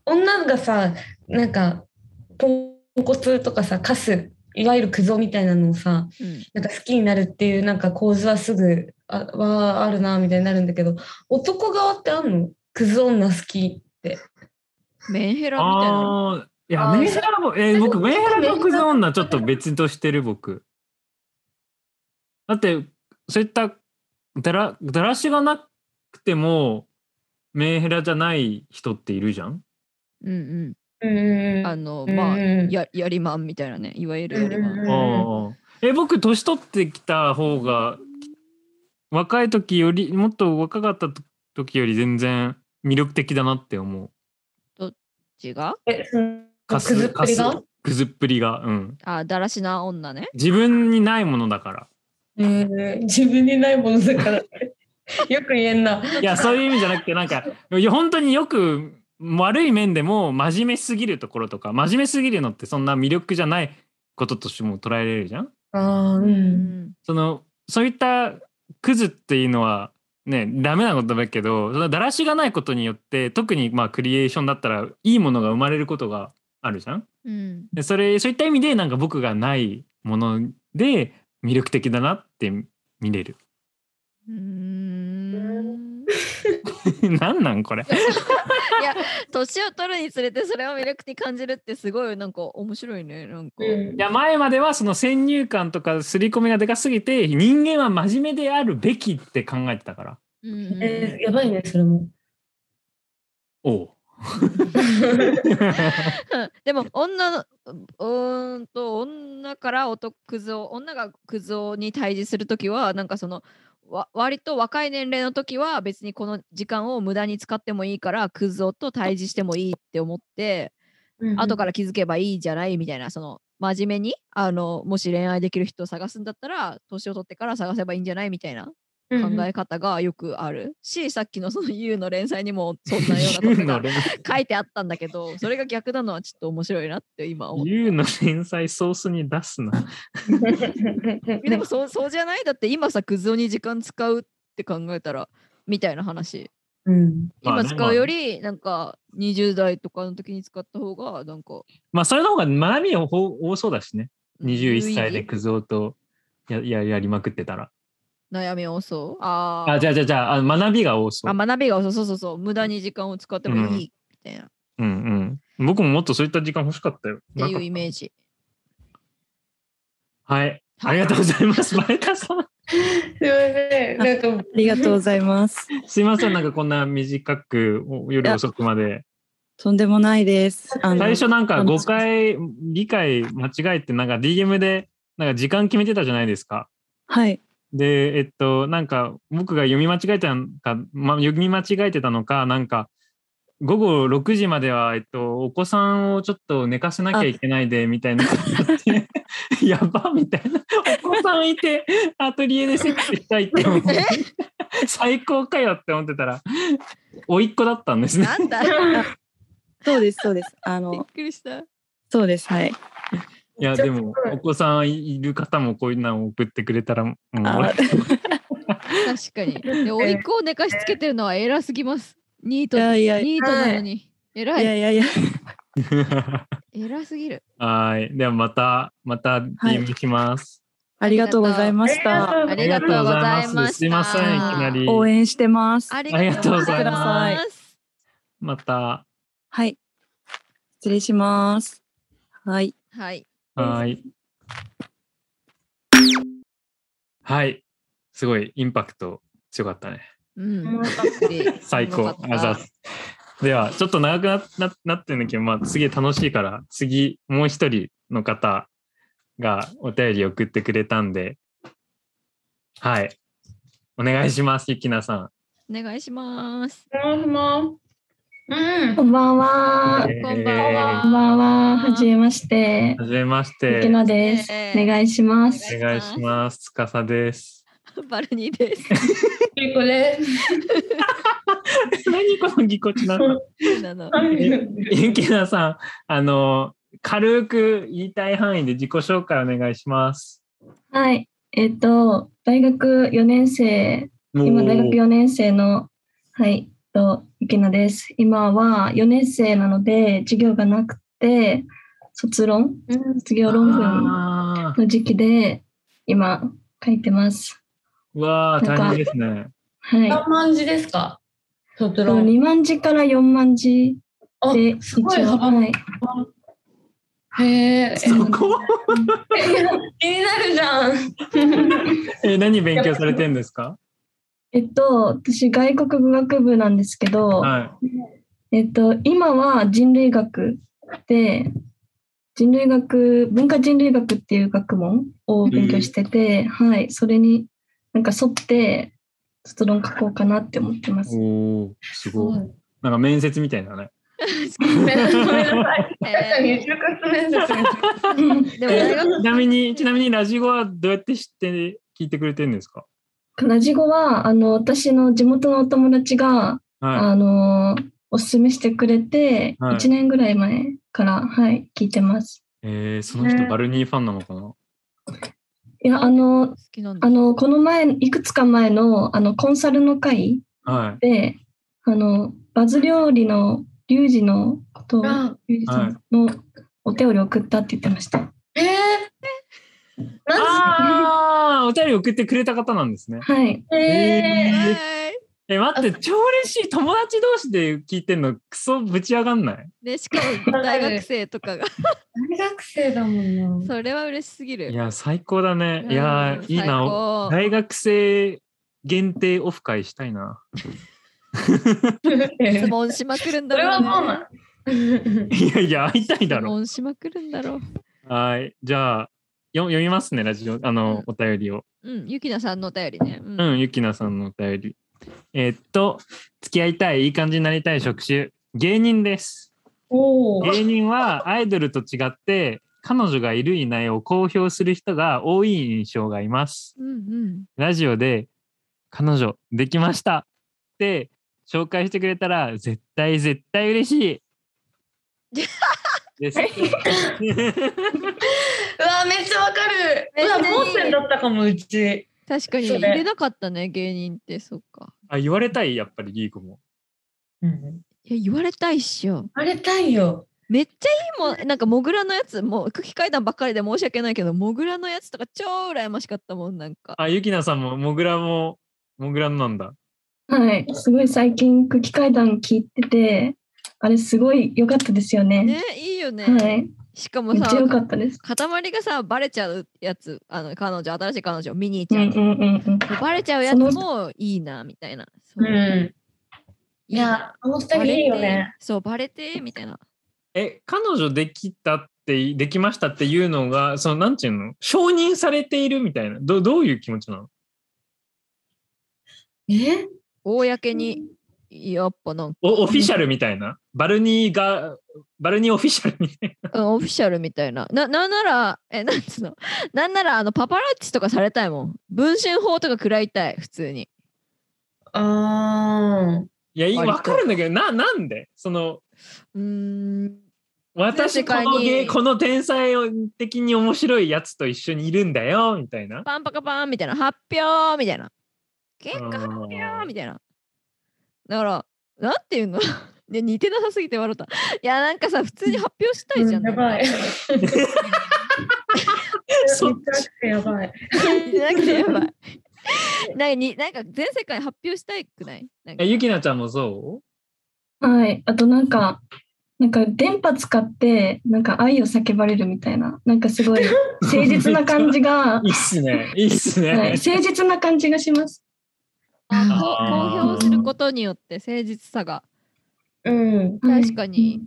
女がさ、なんか、ポンコツとかさ、カス、いわゆるクゾみたいなのをさ、
うん
なんか好きになるっていう、なんか構図はすぐ、あはあるな、みたいになるんだけど、男側ってあんのクズ女好きって。
メンヘラみたいな。
ああ、いや、
あー
メンヘラも、えー僕、メンヘラ
メンヘ
と
ラ
クズ女ちょっと別としてる、僕。だって、そういっただら、だらしがなくても、メンヘラじゃない人っているじゃん
うん
うん
う。
うんん。
あの、まあ、
うんうん
ややりまんみたいなね。いわゆるやりま
うん
ん
うん。
ああえ僕年取ってきた方が若い時よりもっと若かった時より全然魅力的だなって思う
違う
え、その
か
ク
す
ズっぷり
か
が
すくずっぷりがうん
あ、だらしな女ね。
自分にないものだか
えー自分にないものだから。 (laughs) よく言えんな。
らいやそういう意味じゃなくてなんかいや本当によく悪い面でも真面目すぎるところとか真面目すぎるのってそんな魅力じゃないこととしても捉えられるじゃん
ああ、う。。
うん
そのそういったクズっていうのはねダメなことだけどそのだらしがないことによって特にまあクリエーションだったらいいものが生まれることがあるじゃん。
うん。
でそれそういった意味でなんか僕がないもので魅力的だなって見れる。 (laughs)
うー (laughs) ん。
なんなんこれ。
いや、年を取るにつれてそれを魅力に感じるってすごいなんか面白いね。なんか。
いや前まではその先入観とか刷り込みがでかすぎて人間は真面目であるべきって考えてたから。
うんうん
えーやばいね、それも。
おう。
うん (laughs) でも女のうーんと女から男クズ男女がクズ男に対峙するときはなんかそのわ割と若い年齢の時は別にこの時間を無駄に使ってもいいからクズ男と対峙してもいいって思って後から気づけばいいじゃないみたいなその真面目にあのもし恋愛できる人を探すんだったら年を取ってから探せばいいんじゃないみたいな
ら
考え方がよくあるしさっきのその (laughs) YOU の連載にもそんなようなこ
言う
とが
の連
書いてあったんだけど、それが逆なのはちょっと面白いなって今思っ
言うの連載ソースに出すな。
て。でもそうそうじゃないだって今さ、クズオに時間使うって考えたら、みたいな話。
(laughs) うん。
まあ
今
ね
使うより、なんか20代とかの時に使った方が、なんか。
まあそれの方が学びをほ多そうだしね。21歳
有
で
意義
クズ男とやややりまくってたら。
悩み多そう。あ
あ、
ー
じゃあじゃあじゃああ、学びが多そ
あ、
う。
学びが多そうそうそうそう、無駄に時間を使ってもいい、みたいな、っ
うんうん。僕ももっとそういった時間欲しかったよ。
ていうイ
ー
メ
ジ。
ージ。
はい。ありがとうございます。 (laughs) 前田さん。
すいません。なんか、
ありがとうございます。
すいません。なんかこんな短く、お夜遅くまで。
とんでもないです。あの
最初なんか
楽
誤
しかった
解、理解間違えて、なんか DM で、なんか時間決めてたじゃないですか。
はい。
で、えっと、なんか、僕が読み間違えたのか、まあ、読み間違えてたのか、なんか、午後6時までは、えっと、お子さんをちょっと寝かせなきゃいけないで、みたいなことがあって、 (laughs) やばみたいな。お子さんいて、アトリエでセックスしたいっ
(laughs)
て思 (laughs) って、最高かよって思ってたら、甥いっ子だったんですね。 (laughs)
なんだび
そうです、そうです。あ
っ
の、
くりした。
そうです、はい。
いや、でも、お子さんいる方もこういうのを送ってくれたら、もう
あ
確か
(laughs)
に。で、おいっ子を寝かしつけてるのは偉すぎます。ニート、
いやいや
ニートなのに。偉
い
い
やいやいや、
偉すぎる。
(laughs) はい。では、また、また DM します。
ありがとうございまし
ありがとう
た。
ありがとうございました。
すいません、いきなり。
応援してます。
あり
あり
が
が
と
と
う
う
ござ
ござ
い
い
ま。
ますまた。
はい。失礼します。はい。
はい。
はい。はい。すごい、インパクト強かったね。
うん。
最
よ
高
か。った
あざっすでは、ちょっと長くなななってるんだけど、まあ、すげえ楽しいから、次、もう一人の方がお便り送ってくれたんで、はい。お願いします、ゆきなさん。
お願いします。 (laughs)
うん
こ。んばんは。
えー
こんばんは
こんばんは。はじめまして。
はじめまし
ゆ
て。
きのです。
えー
お願いします。
お願いします。つかさです。 (laughs)
バルニーです。
これ。
何このぎこちなさ。
そうなの。
(laughs)
ゆきなさん、あの、軽く言いたい範囲で自己紹介お願いします。
はい。えっ、と、大学4年生、今大学4年生の、はい、えっと、池菜です。今は4年生なので、授業がなくて、卒論、卒業論文
あ
の時期で、今、書いてます。
ーわあ、
なんか
大変ですね。
はい。
何万字ですか卒論。
2万字から4万字
あ
で、一
すごい
応
幅
はい。
へえ。
そこ
気になるじゃん。
え、何勉強されてるんですか
えっと、私、外国語学部なんですけど、
は
えっと、今は人類学で、人類学、文化人類学っていう学問を勉強してて、はい、それになんか沿って、卒論書こうかなって思ってま
い。
す。
おお、すごい。なんか面接みたいなね。
ごめんなさい。確か
え
に就活面接みたいな
(laughs)
ーでも大学
ちなみに、ちなみにラジゴはどうやって知って聞いてくれてるんですか
ラジ語は、あの、私の地元のお友達が、
は
あの、おすすめしてくれて、
はい
1年ぐらい前から、はい、聞いてます。
い。えー、その人、バルニーファンなのかない
や、あの
好、きなんだ
あの、この前、いくつか前の、あの、コンサルの会
はい。
で、あの、バズ料理のリュウジのことを、リ
(laughs) あ
ュウジさんのお手織り送ったって言ってました。
えー、マ
ああ、お便り送ってくれた方なんですね。
はい。
ジえー、
え
(laughs) え、待って、超嬉しい。友達同士で聞いてんの、クソぶち上がんない
ーでしかも大学生とかが
大学生だも (laughs) んな。
それは嬉しすぎる
いや、最高だね。い
う
や
ん、
いい
最
な。
高
大学生限定オフ会したいな。
質問しまくるん
そ
だ
れ
ろ
は
う、ね、
どうなん (laughs)
いやいや、会いたいだ
質
ろ。
問しまくるんだろう
はい。じゃあ、よ読みますね、ラジオ、あの、お便りを。
うんゆきなさんのお便りねうん、
うん、ゆきなさんのお便り。えーっと、付き合いたい、いい感じになりたい職種、芸人です。
おー
芸人はアイドルと違って、彼女がいるいないを公表する人が多い印象がいます。
うんうん
ラジオで、彼女できましたって紹介してくれたら、絶対絶対嬉し
(laughs)
い。です。
うわ、めっちゃわかる。
めっ
う
ちゃいい
わ、盲点だったかも、うち。
確かに
そ
入
れ
れなかったね芸人ってそっか
あ、言われたい、やっぱりリーコも。
うん、
いや言われたいっしょ
あれたいよ。
めっちゃいいもんなんかモグラのやつもう空気階段ばっかりで申し訳ないけどモグラのやつとか超羨ましかったもんなんか
あ、ゆきなさんも、もぐらも、もぐらのなんだ。
はい。すごい最近、空気階段聞いてて、あれすごい良かったですよね。
ねいいよね、
はい。
しかも
めっ
さ
ちゃ良かったです。
塊がさバレちゃうやつあの彼女新しい彼女見に行っ
う
ち
ん
ゃう
う
の、
んうんうん。
バレちゃうやつもいいなみたいなそううい
ん。いや、あの二人いいよね。
そうバレてみたいな
え、彼女できたって、できましたっていうのが、その、なんていうの承認されているみたいな。どどういう気持ちなの
え
公にやっぱなんか、
おオフィシャルみたいな。バルニーが、バルニーオフィシャルみたいな。
うんオフィシャルみたいなななんならえなんつうの (laughs) なんならあのパパラッチとかされたいもん分身法とか食らいたい普通に
あ
(laughs) いやいい、
割と
わかるんだけど、な、なんでその、
うーん
私この
世界
芸、
に
この天才的に面白いやつと一緒にいるんだよ、みたいな。
パンパカパンみたいな発表みたいな結果発表
あー
みたいなだからなんていうの (laughs) ね似てなさすぎて笑ったいやなんかさ普通に発表した
ー、
いじゃん、
やば (laughs) い。
そ
そ
っ
っちやばい。
じゃなくてやばい。 (laughs) なんかになんか全世界に発表したいくないなんか
え、ゆきなちゃんもそ
はい。あとなんか、なんか電波使って、なんか愛を叫ばれるみたいな、なんかす
(laughs)
ごい誠実な感じ
う
が
いいっすね。いいっすね。
はい、誠実な感じがします。
あこ
あー
公表することによって誠実さが
うん。
はい
確かに。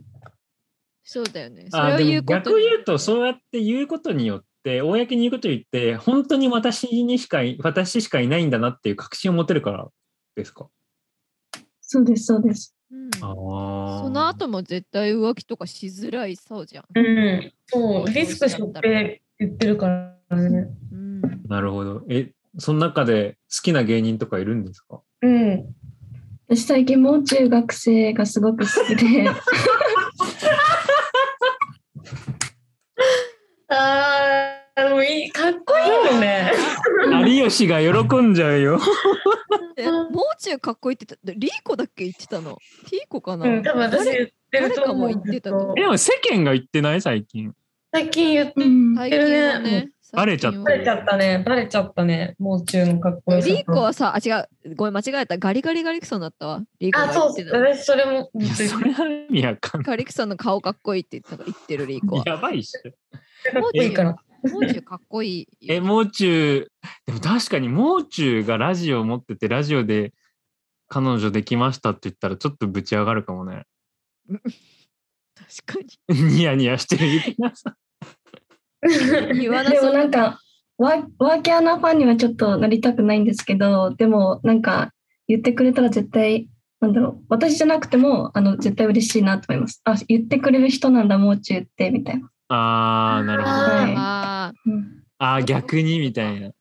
そうだよね。それ
あ
を
でも
言うこ
逆
と
を言うとそうやって言うことによって公に言うことを言って本当に私にしかい私しかいないんだなっていう確信を持てるからですか
そうです、そうです。
うんそ
そ
の後も絶対浮気とかしづらいそうじゃん。
うん。そう、リスクしょって言ってるからね。
うん、
なるほどえその中で好きな芸人とかいるんですか
うん。
私最近もう中学生がすごく好き (laughs) で
あー、でもいい、かっこいいよね。
(laughs) 有吉が喜んじゃう (laughs) よ。
えもう中かっこいいって言ってたリーコだっけ言ってたのティーコかな、
うん、多分私言ってると
誰
思
かも言
う
ってたと思う
でも世間が言ってない最近。
最近言っ
うん
最近はね
バレちゃった
バレちゃったね、バレちゃったね、もう中のかっこよさと。
リーコはさ、あ、違う、ごめん、間違えた。ガリガリガリクソンだったわ。リーコ
あ、
が言
そう
って、た。
私それも
い
言
や
って
そ
る。
れは意味わかんな
ガリクソンの顔かっこいいって言ってた言ってるリーコ
い
は。。
やばいっしょ。
かっこいいから。
もう中かっこいいよ。
え、もう中、でも確かにもう中がラジオを持ってて、ラジオで彼女できましたって言ったら、ちょっとぶち上がるかもね。
確か
(laughs) ニヤニヤしてるゆきなさん。
に。言わな
でも
そう
なんかワーワーキャーなファンにはちょっとなりたくないんですけどでもなんか言ってくれたら絶対なんだろう私じゃなくてもあの絶対嬉しいなと思いますあ言ってくれる人なんだもう中ってみたいな、
あー、なるほど。
あ
ー
あ
うん
あー、逆にみたいな。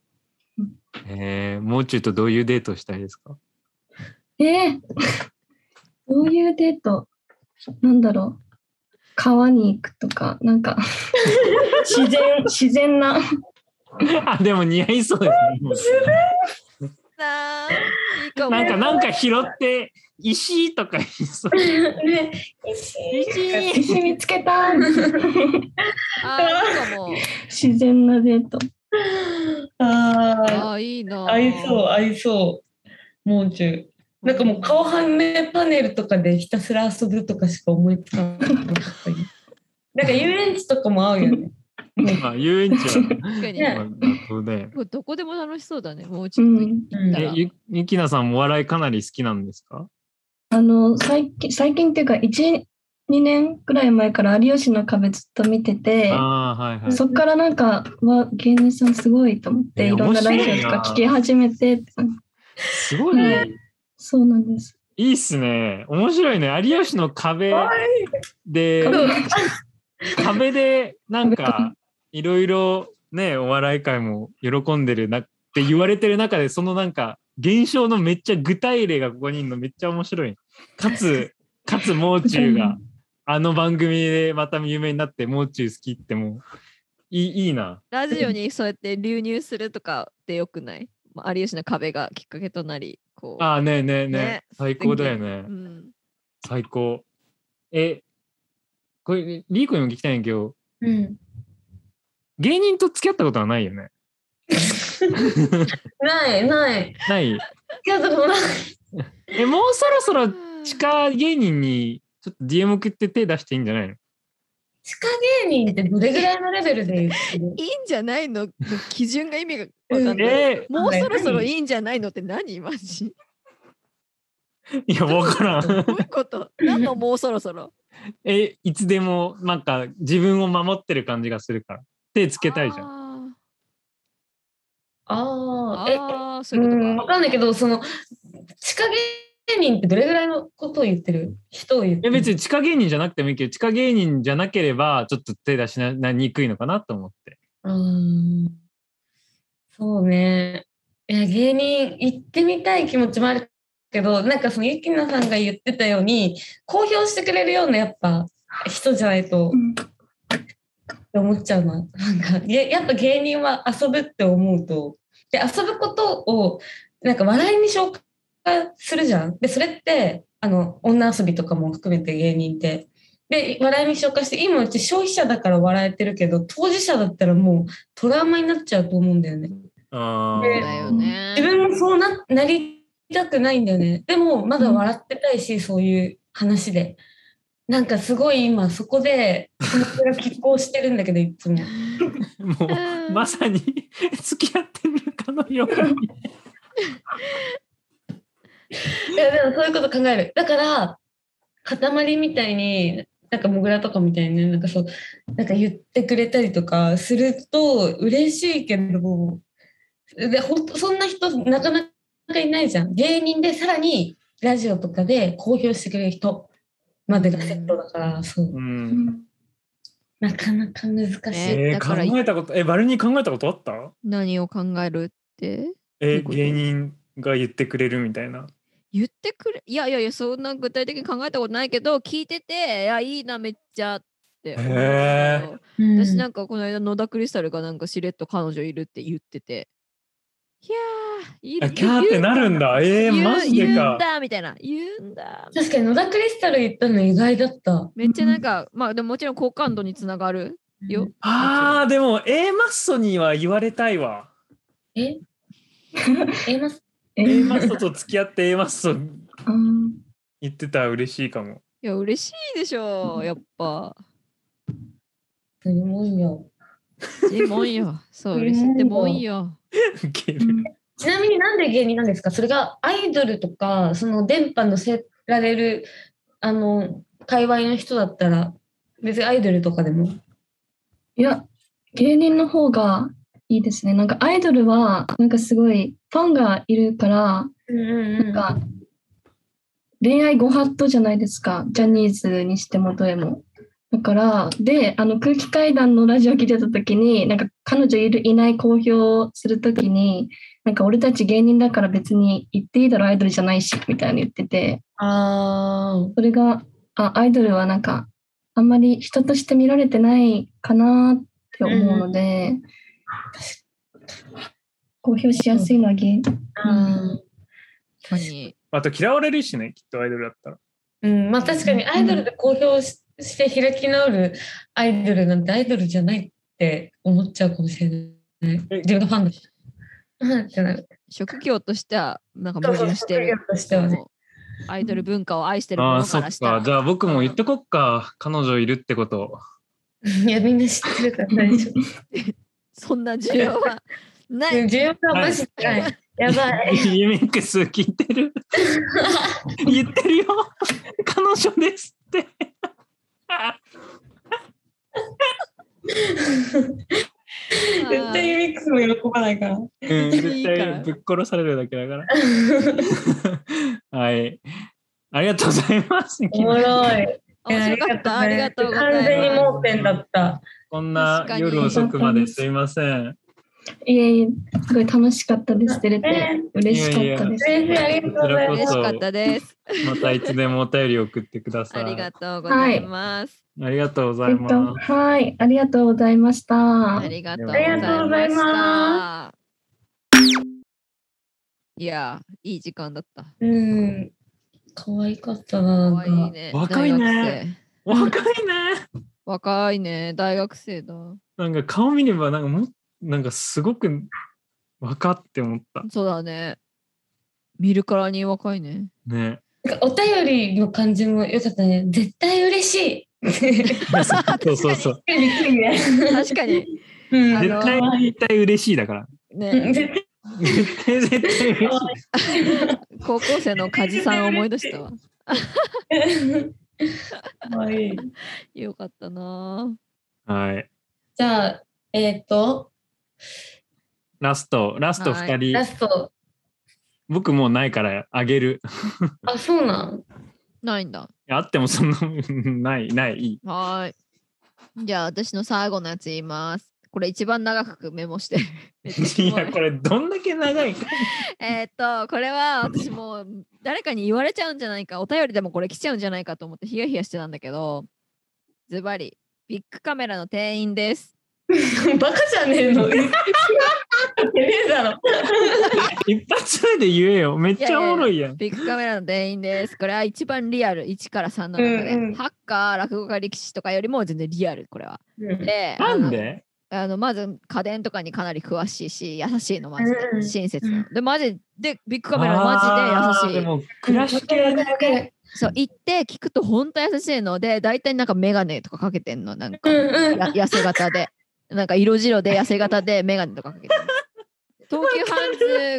えー、もう中とどういうデートしたいですか (laughs)
えー、どういうデートなんだろう川に行くとかなん (laughs) か自然自然な
あ、でも似合いそうです
ー
ね。
なーいいかも。
なんか、なんか拾って、石とか言いそう。
ね、
石
(laughs) 石見つけた
あー、いいかも。
(laughs) 自然なデート
あ
あー、いいな
あ、
ー。
合いそう、合いそう。もう中。なんかもう顔半目パネルとかでひたすら遊ぶとかしか思いつかなかったり。なんか遊園地とかも合うよね。
まあ、遊園地は、
確かに。
ね
まあ妥当だよ。
これどこでも楽しそうだね。もう
う
ちょっと行
ん
うん
ったら。
えゆゆきなさんもお笑いかなり好きなんですか
あの最近最近っていうか12年くらい前から「有吉の壁」ずっと見てて
ああはいはい。
そっからなんかは芸人さんすごいと思って、
えー
いろんなラジオとか聞き始めて
すごいね。
そうなんです
いいっすね。面白いね。有吉の壁で
壁
壁でなん
壁
かいろいろねお笑い界も喜んでるなって言われてる中でそのなんか現象のめっちゃ具体例がここにいるのめっちゃ面白い。かつかつもう中があの番組でまた有名になってもう中好きってもういいいいな。
ラジオにそうやって流入するとかってよくない、まあ、有吉の壁がきっかけとなり、こう。
ああねえねえね
ね
え最高だよね。
うん、
最高。え、これ、リーコにも聞きたいんやけど、
うん。
芸人と付き合ったことはないよね。
(laughs) ない、ない。
ない。
いや、でもない。
え、もうそろそろ地下芸人にちょっと DM 送って手出していいんじゃないの
地下芸人ってどれぐらいのレベルで言ってる
いいんじゃないのの基準が意味がわかんない。
え
もうそろそろいいんじゃないのって何マ
(laughs)
ジ
ー
(laughs)
いや、わから
ど
ん。
ういうこと何のもうそろそろ
え、いつでもなんか自分を守ってる感じがするから。手つけたいじゃん。
ん。
ああ、え、
あーあー、そう
う
いうこと
ん、
か
わ。かんないけど、その、地下芸人ってどれぐらいのことを言ってる人を言って
え、
る
別に地下芸人じゃなくてもいいけど、地下芸人じゃなければちょっと手出しななにくいのかなと思って。
うーんそうね。いや、芸人行ってみたい気持ちもあるけど、なんかそのゆきなさんが言ってたように、公表してくれるようなやっぱ人じゃないと
うん
って思っちゃうな。なんか、ややっぱ芸人は遊ぶって思うと、で、遊ぶことを、なんか笑いに消化するじゃん。で、それって、あの、女遊びとかも含めて芸人って。で、笑いに消化して、今うち消費者だから笑えてるけど、当事者だったらもうトラウマになっちゃうと思うんだよね。
あ
そうだよね。
自分もそうななりたくないんだよね。でも、まだ笑ってたいし、そういう話で。なんかすごい今、そこで、気持ちが拮抗してるんだけど、いつも。
あ。もう。
うん
まさに (laughs) 付き合ってるかのように。
いやでもそういうこと考える。だから塊みたいになんかモグラとかみたいにねなんかそうなんか言ってくれたりとかすると嬉しいけどでほんとそんな人なかなかいないじゃん。芸人でさらにラジオとかで公表してくれる人までがセットだから、そう
うん。
なかなか難しい。
ねだから
えたこと、え、バルニー考えたことあった
何を考えるってどうい
え
うこと
人が言ってくれるみたいな。
言ってくれいやいやいやそんな具体的に考えたことないけど聞いてていやいいなめっちゃって思った
へ
けど
うん
私なんかこの間野田クリスタルがなんかしれっと彼女いるって言ってていやーい
あキャーってなるんだ。え
え
ー、マジで
言うん
か。
だみたいな言うんだ
確かに野田クリスタル行ったの意外だった。
めっちゃなんか、まあでももちろん好感度につながるよ。
あー、でも A マッソには言われたいわ。
ええます
え
A マッソと付き合って A マッソ
うん
(laughs) 言ってたら嬉しいか (laughs) も。
いや嬉しいでしょうやっぱ。
何もんよ。
ジモンよ。そう
うん
嬉しいってもんよ。
ウケる。
ちなみになんで芸人なんですかそれがアイドルとか、その電波のせられる、あの、界隈の人だったら、別にアイドルとかでも。
いや、芸人の方がいいですね。なんかアイドルは、なんかすごいファンがいるから、
うんうん
なんか恋愛ご法度じゃないですか。ジャニーズにしてもどれも。だから、で、あの空気階段のラジオ聞いてた時に、なんか彼女いるいない公表する時に、なんか俺たち芸人だから別に言っていいだろアイドルじゃないし、みたいに言ってて、
あ
それが、あアイドルはなんか、あんまり人として見られてないかなって思うので、公表しやすいのは芸
あ、うん
確かに。
あと嫌われるしね、きっとアイドルだったら。
うん、まあ確かにアイドルで公表しして開き直るアイドルなんてアイドルじゃないって思っちゃうかもしれない。
え
自分がファンだし。うんってなる。
職業としてはなんか矛盾して
そうそ
る。
う職業としてはね
もうアイドル文化を愛してる
ああ
者
ー、そ
か
っ
らした
か。
ら
じゃあ僕も言ってこっか。彼女いるって (laughs) こと。
いや、みんな知ってるから大丈
そんな需要はな
夫。 (laughs)
い。
需要がマジ高い。やばい。
ユミックス聞いて (laughs) る言ってるよ。彼女ですって。
絶対ユミックスも喜ばないから。
うん、
い
絶
いから
対ぶっ殺されるだけだ (laughs) から。はい。ありがとうございます。
おもろい。
あー面白か
(laughs)
った。ありがとうござ
完全
い
に
ます。
盲点だった。
こんな
確かに
夜遅くまですいません。
いえいえ、すごい楽しかったです。出れて
ね、
嬉しかったです。
先生、ありがとうございます
嬉。しかったです。
またいつでもお便り送ってくださ
あ
い。
りがとうございます。
ありがとうござ
え
い
っと、
ます。
はい、ありがとうございました
あ。りがとうご
あ
ざい
り
まし
が
た
とう
ございま
いやー、いい時間だった。
うん。可愛かったな。
可愛
な
い
んか
ね。
若いね
大学生。
若いね。
若いね。大学生だ。
なんか顔見ればなんかもっなんかすごく若って思った。
そうだね。見るからに若いね。 (laughs)
ね。
なんかお便りの感じも良かったね。絶対嬉しい。
そうそうそう。
びっくりね。
確かに。
うん
あ
絶
の
対絶対嬉しいだから。
(laughs) ね、
(laughs) 絶対
絶対絶対嬉しい。
高校生の梶さんを思い出したわ。
可愛い
よかったな
はい。
じゃあ、えっ、と、
ラスト、ラスト
は
二
い
人、
ラスト。
僕もうないからあげる。
あ、そうなん。 (laughs)
ぁ。ないんだ。
あってもそんな、ない、ない、いい。
はーい。じゃあ私の最後のやつ言います。これ一番長くメモ
(laughs)
して。めっちゃキ
い
モい
や、これどんだけ長いか。
えーっと、これは私もう誰かに言われちゃうんじゃないか、お便りでもこれ来ちゃうんじゃないかと思ってヒヤヒヤしてたんだけど、ズバリ、ビッグカメラの店員です。
バカじゃねえ
(laughs)
の。ねえだろ。
一発目で言えよ。めっちゃおもろいやん。
ビッグカメラの店員です。これは一番リアル、1から3の中で、
うんうん
ハッカー、落語家、力士とかよりも全然リアル、これは。で、
なんで
あのあのまず家電とかにかなり詳しいし、優しいの、マジ
うんう
で。
ん
親切なの。で、マジで、ビッグカメラのマジ
あー
で優しい。
も、暮らし系ね。
そう、行って聞くと本当優しいので、大体なんかメガネとかかけてんの、なんか。
うんうん。
や痩せ型で。なんか色白で痩せ型でメガネとかかけてる。東急ハン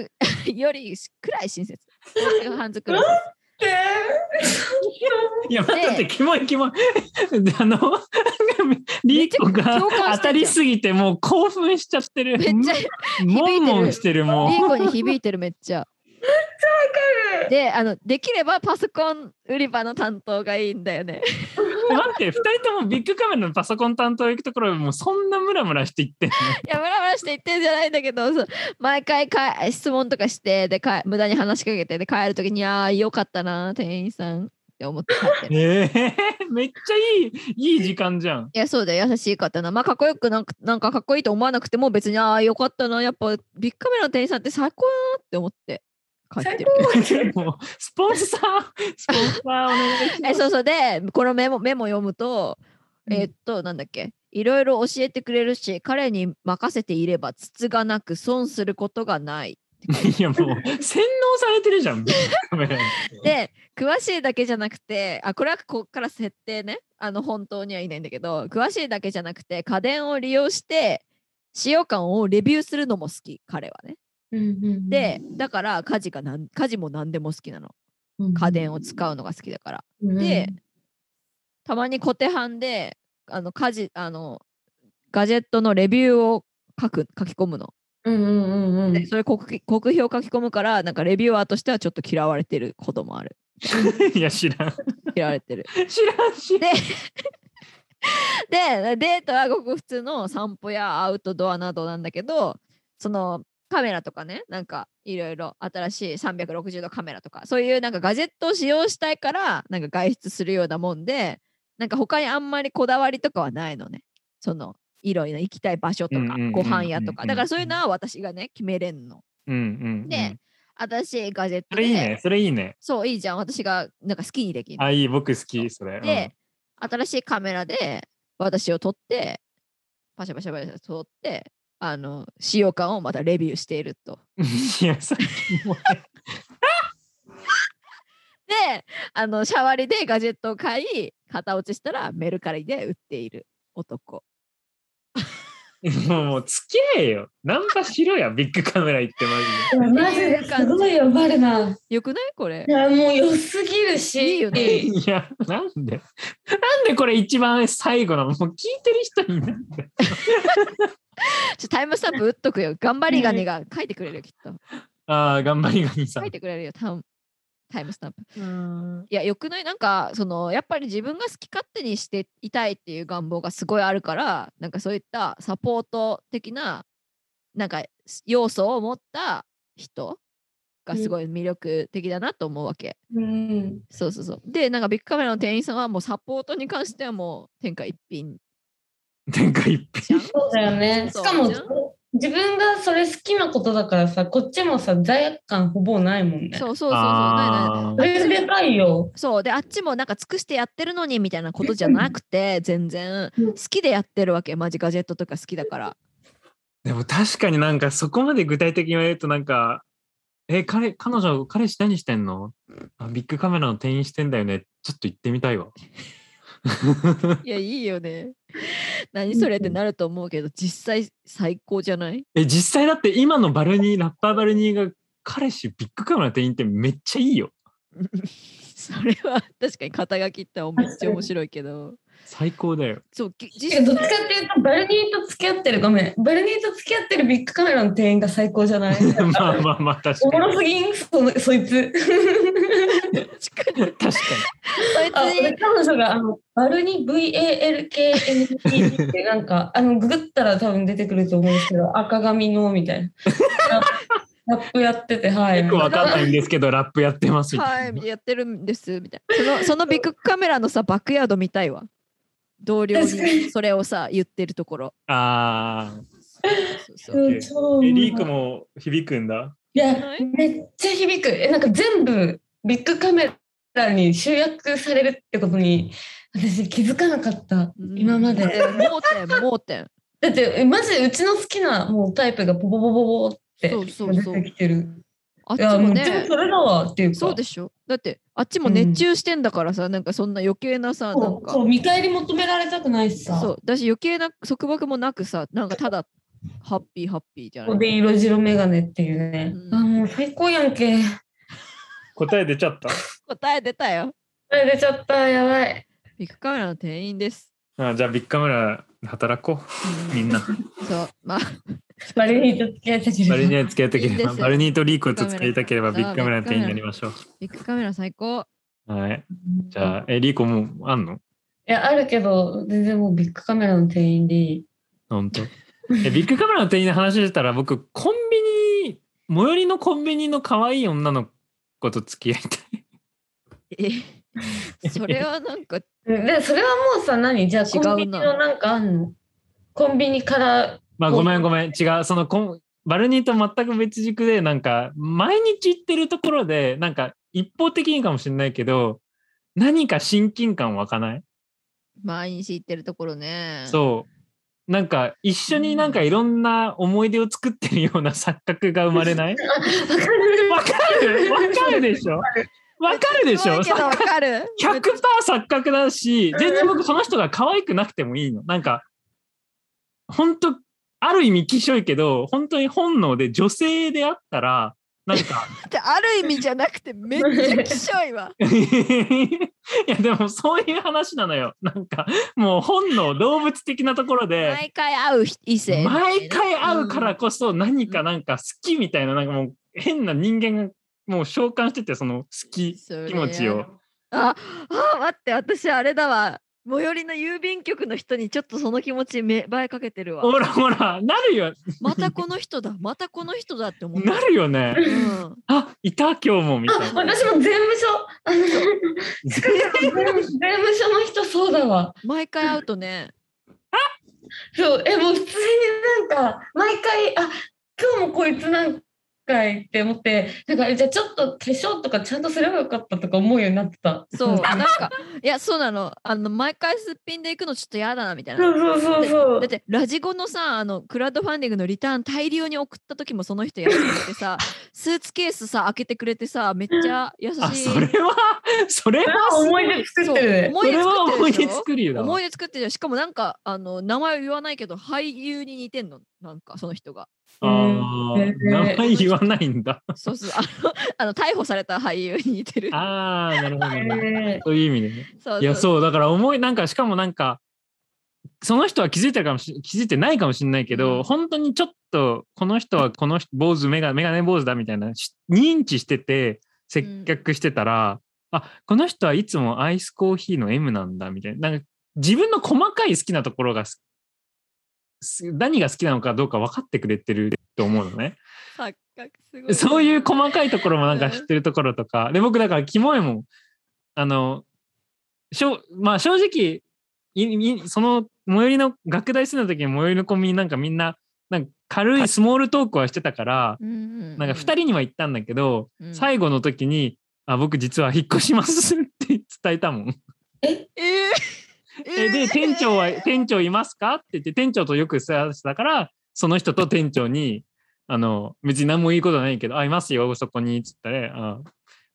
(laughs) ズよりくらい親切。東急ハンズくらい親切。
いや、待って待って、キモいキモい。 (laughs) であの、 (laughs) リーコが
共感してんじゃん
当たりすぎて、もう興奮しちゃってる。
めっちゃ
もんもんしてる、もう
リー。コに響いてるめっちゃ。
る
であのできればパソコン売り場の担当がいいんだよね。
待って、二人ともビッグカメラのパソコン担当行くところ、もうそんなムラムラしていっ
(laughs)
てんの
いやムラムラして言ってんじゃないんだけどそう毎回か質問とかしてでか無駄に話しかけてで帰る時に「ああよかったな店員さん」って思って帰ってる。
ええめっちゃいい、いい時間じゃ
(laughs)
ん。
いやそうだよ優しい方なまあかっこよくなんかなんかかっこいいと思わなくても別にああよかったなやっぱビッグカメラの店員さんって最高だなって思って帰ってる。
もうスポンサー、スポンサーお願いしま
え
す。
そうそうでこのメモメモ読むと、
うん
えーっとなんだっけいろいろ教えてくれるし彼に任せていればつがなく損することがない。 (laughs)
いやもう洗脳されてるじゃん。ビッグカメラに
で詳しいだけじゃなくてあこれはここから設定ねあの本当にはいないんだけど詳しいだけじゃなくて家電を利用して使用感をレビューするのも好き彼はね。でだから家事がなん家事も何でも好きなの家電を使うのが好きだから。でたまに小手半であの家事あのガジェットのレビューを書く書き込むの。
うんうんうんうん
でそれ国旗国評書き込むからなんかレビュアーとしてはちょっと嫌われてることもある。
いや知らん。
嫌われてる。
知らんし。
でデートはごく普通の散歩やアウトドアなどなんだけどそのカメラとかねなんかいろいろ新しい360度カメラとかそういうなんかガジェットを使用したいからなんか外出するようなもんでなんか他にあんまりこだわりとかはないのねそのいろいろ行きたい場所と
うんうん
か
うんうん
ご飯屋とかだからそういうのは私がね決めれんの。
うんうん、うん。
で私ガジェット
そ
で
れいいね。それいいね。
そういいじゃん私がなんか好きにできる
あいい僕好きそれ。
で、新しいカメラで私を撮って、パシャパシャパシャ撮って、あの、使用感をまたレビューしていると。
うん、 (laughs) いやさっきも
で、あの、シャワリでガジェットを買い、型落ちしたらメルカリで売っている男。
もうもう付き合えよ。ナンパしろやビッグカメラ行ってマジで。
マジですごいよバルナ
よくないこれ
い。やもう良すぎるし
いいよね
いや、なんで、なんでこれ一番最後なのもう聞いてる人になって。
ちょタイムスタンプ打っとくよ。頑張りガニが書いてくれるよ、きっと。
ああ、頑張りがにさ
書
ん
い。てくれるよ、タウンタイムスタンプ。いや、よくないなんか、その、やっぱり自分が好き勝手にしていたいっていう願望がすごいあるから、なんかそういったサポート的な、なんか要素を持った人がすごい魅力的だなと思うわけ。
うん
そうそうそう。で、なんかビッグカメラの店員さんはもうサポートに関してはもう天下一品
天下一
じゃん。
そうだよね
そ
し
う
かも
じゃん
自分がそれ好きなことだからさこっちもさ罪悪感ほぼないもんね
そうそうそうそう。ないない
あ
それでかいよ
そうであっちもなんか尽くしてやってるのにみたいなことじゃなくて全然
うん
好きでやってるわけマジガジェットとか好きだから
ーでも確かになんかそこまで具体的に言われるとなんか、え、彼、彼女、彼氏何してんのあビッグカメラの店員してんだよね。ちょっと行ってみたいわ。
いやいいよね (laughs) 何それってなると思うけど実際最高じゃない (laughs)
え、実際だって今のバルニー、ラッパーバルニーが彼氏ビッグカメラの店員ってめっちゃいいよ。
それは確かに肩書きってめっちゃ面白いけど (laughs)
最高だよ。
そうぎ
て
実
かどっちかっていうとバルニーと付き合ってるごめんバルニーと付き合ってるビッグカメラの店員が最高じ
(laughs)
ゃない
まあまあまあ、確
お
か
もろす
に。
ぎんそのそいつ
確かに
確か
そ
に。
いつ
あ
に
で彼女があのバルニー VALKNE ってなんかあのググったら多分出てくると思うんですけど赤髪のみたいなラップやっててはい
よくわかんないんですけど、ラップやってますみたいな
はいやってるんですみたいな (laughs) そのそのビッグカメラのさバックヤード見たいわ同僚
確か
にそれをさ言ってるところ
ああ。
そうそう
(laughs) うん超う
う
まい
も響くんだ。
いや
ない
めっちゃ響くえなんか全部ビッグカメラに集約されるってことに私気づかなかった
うん
今まで
盲点、盲点。
だってえマジうちの好きなもうタイプがポポポポポって
そうそうそう
出てきてる
あっ
い
ち
や
も
もう全
ね
部、それだわっていうか
そうですしょ。だって、あっちも熱中してんだからさ、なんかそんな余計なさ、なんか
そ。う見返り求められたくないしさ
そう、だし余計な束縛もなくさ、なんかただ、ハッピーハッピーじゃ
ここ
ない。
で色白眼鏡っていうね、
うん
あもう最高やんけ
答え出ちゃった。
答え出たよ。
あれ出ちゃったやばい
ビッグカメラの店員です。
あじゃあビッグカメラ働こう。みんな。
そう、まあ、
バレリーと付き合いたければ
(laughs) バルニーと付き合いたけ
いい
れ
で
ば、
すよ
バルニーとリーコと付き合いたければビ
ビッ
ッグ
グ
カ
カメ
メラ
ラ
の店員になりましょ (laughs)
ビッグカメラ最高。
う。はい。じゃあ、え、リーコもうあんの
や、あるけど、全然もうビッグカメラの店員でいい。
本当。えビッグカメラの店員の話してたら僕コンビニ最寄りのコンビニの可愛い女の子と付き合いた (laughs) い。
えそれはなんか
で、それはもうさ、何じゃあ、
違
コ
うな
ンビニのなんかあんのコンビニから、
まあごめんごめん違うそのコンバルニーと全く別軸でなんか毎日行ってるところでなんか一方的にかもしれないけど何か親近感湧かない、
毎日行ってるところね。
そうなんか一緒になんかいろんな思い出を作ってるような錯覚が生まれないわかるわかるでしょわかるでし
怖
ょ
いけどわかる。
100%錯覚だし、全然僕その人が可愛くなくてもいいの。なんか、本当ある意味きしょいけど、本当に本能で女性であったら、なんか、 (laughs)
ってある意味じゃなくてめっちゃきしょいわ。
いやでもそういう話なのよ。なんか、もう本能、動物的なところで、
毎回会う異性。
毎回会うからこそ何かなんか好きみたいな、なんかもう変な人間がもう召喚してて、その好き
それ
気持ちを。
ああ待って私あれだわ。最寄りの郵便局の人にちょっとその気持ち芽生えかけてるわ。
ほらほら、なるよ、
またこの人だ、またこの人だって思った。
なるよね。
うん
あ、いた今日もみたいな。
私も税務署、あの、 (laughs) 近くの税務税務署の人、そうだわ。
毎回会うとね、
そう、え、もう普通になんか、毎回、あ今日もこいつなんかいって思って、なんか、えじゃあちょっと化粧とかちゃんとすればよかったとか思うようになってた。
そう、なんか、いや、そうなの、あの、毎回すっぴんで行くのちょっと嫌だなみたいな。
そうそうそうそう
だっ。てラジゴのさあのクラウドファンディングのリターン大量に送った時もその人やってくれてさスーツケースさ開けてくれてさめっちゃ優しい
あ、それは、それは、
思い出作ってるね。
思
そ
い
れ
出
は
作
思
っ
い
てる
出
でしょ
作りだわ。
思い出作ってるよしかもなんかあの名前を言わないけど俳優に似てんのなんかその人が
あー名前言わないんだ。
そうそうあのあの逮捕された俳優に似てる
ああ、なるほどね。
え
そういう意味でね。
そう
いや、
う
そう、だから思い、なんか、しかもなんか、その人は気づいてるかもし気づいてないかもしれないけ
うん
ど、本当にちょっと、この人はこの人坊主、メガメガネ坊主だみたいな、し認知してて、接客してたら、あ、この人はいつもアイスコーヒーの M なんだみたいな、なんか自分の細かい好きなところがす、す何が好きなのかどうか分かってくれてると思うのね。
錯覚すごい
そういう細かいところもなんか知ってるところとか、で僕だからキモいもんあのしょまあ正直いいその最寄りの学大生の時に最寄りのコンビニなんかみんななんか軽いスモールトークはしてたから、
うんうんうん
なんか2人には行ったんだけど、
うん
最後の時に「あ僕実は引っ越します」って伝えたもん。
えー
え (laughs) で店長は「店長いますか?」って言って店長とよく接してたからその人と店長にあの別に何もいいことはないけど「あいますよそこに」っつったらあ「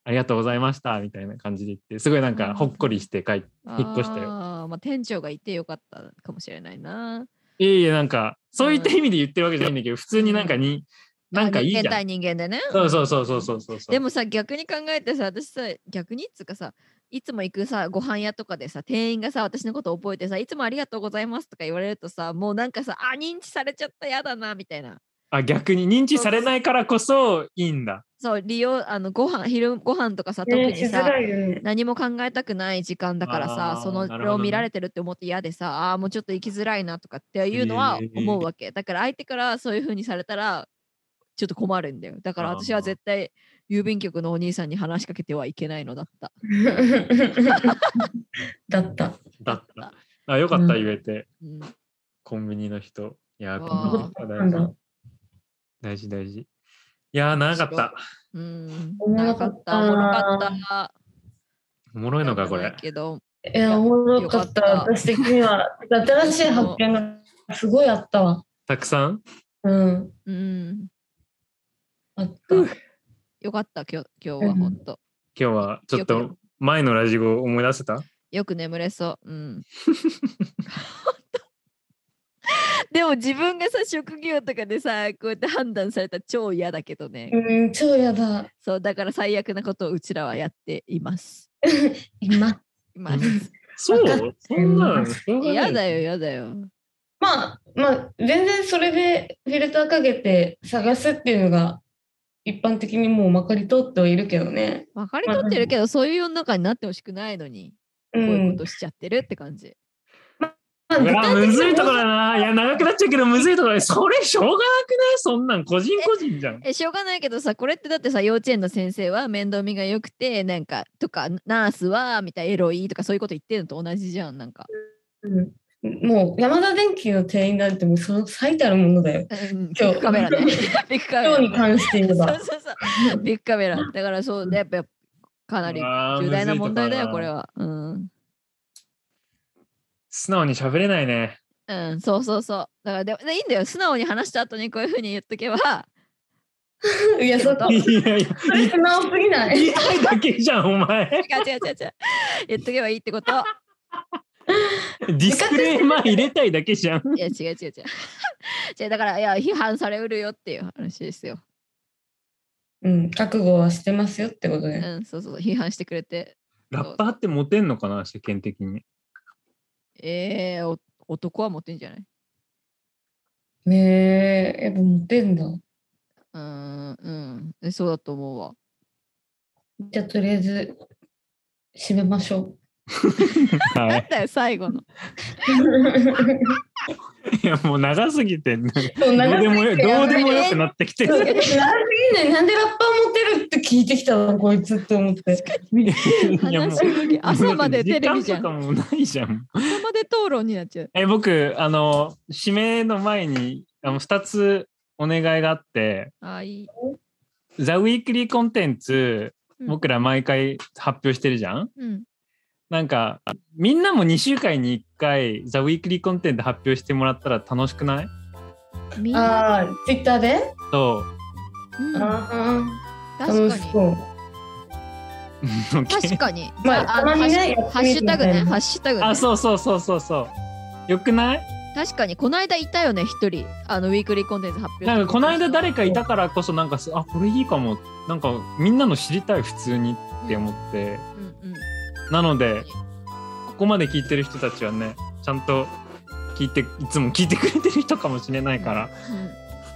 ありがとうございました」みたいな感じで言ってすごいなんかほっこりして帰って引っ越したよ
あーまあ、店長がいてよかったかもしれないな。
いやいやなんかそういった意味で言ってるわけじゃないんだけど普通になんかになんかいいじ
人間
ゃ
対
ん。
人間でね。
そうそうそうそうそうそうそう。
でもさ逆に考えてさ私さ逆にっつうかさいつも行くさご飯屋とかでさ店員がさ私のこと覚えてさいつもありがとうございますとか言われるとさもうなんかさあ認知されちゃったやだなみたいな
あ逆に認知されないからこそいいんだ。
そう利用あのご飯昼ご飯とかさ特
ね、
に
しづ
さ
らいよね。
何も考えたくない時間だからさ
あー
そ
な
の
るほ
を
どね
見られてるって思って嫌でさあーもうちょっと行きづらいなとかっていうのは
へー
思うわけ、だから相手からそういう風にされたらちょっと困るんだよだから私は絶対郵便局のお兄さんに話しかけてはいけないのだった
(laughs) だった。
だった。あよかった
うん
言えて、
うん
コンビニの人。いやー
あー
コンビニの人
な
は大
ん
事
だ。
大事大事。いやー、長かった。
うん、
おもろ
な
か
か
っ
ったた、おもろかった。
おもろいのか、こ
なん
れ
だ。けど、
いや、おもろかった。
よかった
私的には、新しい発見がすごいあったわ。
たくさん
うん。
うん、
あった。
よかった、今日今日は
うん
本当。
今日はちょっ
よ
と前のラジオを思い出せた
よく眠れそう。うん。 (laughs) でも自分がさ職業とかでさこうやって判断されたら超嫌だけどね、
うん、超やだ。
そうだから最悪なことをうちらはやっています
今。
います
そ
わか
うそんなのしょうがない
嫌だよ嫌だよ
まあ、まあ、全然それでフィルターかけて探すっていうのが、一般的にもうまかり通ってはいるけどね。
分かりとってるけどそういう世の中になってほしくないのにこういうことしちゃってるって感じ。
まあ
う
具
わ、
体
む
的
ずい
に
とこだな。いや、長くなっちゃうけど、むずいとこだね。それ、しょうがなくないそんなん、個人個人じゃん。
えしょうがないけどさこれってだってさ幼稚園の先生は面倒見が良くてなんかとかナースはみたいなエロいとかそういうこと言ってるのと同じじゃんなんか、
うんもう山田電機の店員なんてもうその最たるものだよ。
うん、ビ
今
ッ
日
グカメラね (laughs) ビッグカメ
今
ラ
日に関して言え
そ
(laughs)
う
ば。
そうそうビッグカメラだからそうねやっぱかなり重
重
大な問題だよこれ
は。
はうん、
素直に喋れないね。
うん、そうそうそうだからでもいいんだよ素直に話した後にこういうふうに言っとけ (laughs) ば
いや、そうか。
いやいや、
それ素直すぎない。
言い (laughs) たいだけじゃん、お
(laughs)
前。
違う違う違う違う言っとけばいいって (laughs) こと
ディスクレーマー入れたいだけじゃん。
いや違う違う (laughs) 違う違うだからいや批判されうるよっていう話ですよ
うん、覚悟はしてますよってこと
う
ね。
んそうそう批判してくれて
ラッパーってモテんのかな、世間的に。
えー、お男はモテんじゃない
ねえ、やっぱモテんだ。
うーんうんえそうだと思うわ
じゃあ、とりあえず、締めまし (laughs) ょ
は
だよ最後の
う。
い。いや、もう長す
(laughs)
ぎて、どう
そう長すぎ
で
て
もよ、どうでもよくなってきて
そう
る。
長すぎない。なんでラッパーモテるって聞いてきたの、こいつって思って。
いやもう
話の時朝までテレビじゃん朝
時間とかもないじゃん。
まで討論になっちゃう
え僕あの指名の前にあの2つお願いがあって
あーいい、
「ザ・ウィークリーコンテンツ
うん、
僕ら毎回発表してるじゃん
うん
なんかみんなも2週間に1回「ザ・ウィークリーコンテンツ」発表してもらったら楽しくない
みんな、
ああ、ツイッターで
(laughs)
そう
うん、
ああ、
確
楽
か
し
に
そう。
確かに
まあ
あの
たまにね
ハッシュハッシュタグ
やっ
ね
てみてみたいな
ハッシュタグ、ね、
あそうそうそうそうそうよくない
確かにこの間いたよね一人あのウィークリーコンテンツ発表
なんかこの間誰
か
かいたからこそなんかすあこれいいかもなんかみんなの知りたい普通にって思って
うんうん
なのでここまで聞いてる人たちはねちゃんと聞いていつも聞いてくれてる人かもしれないから、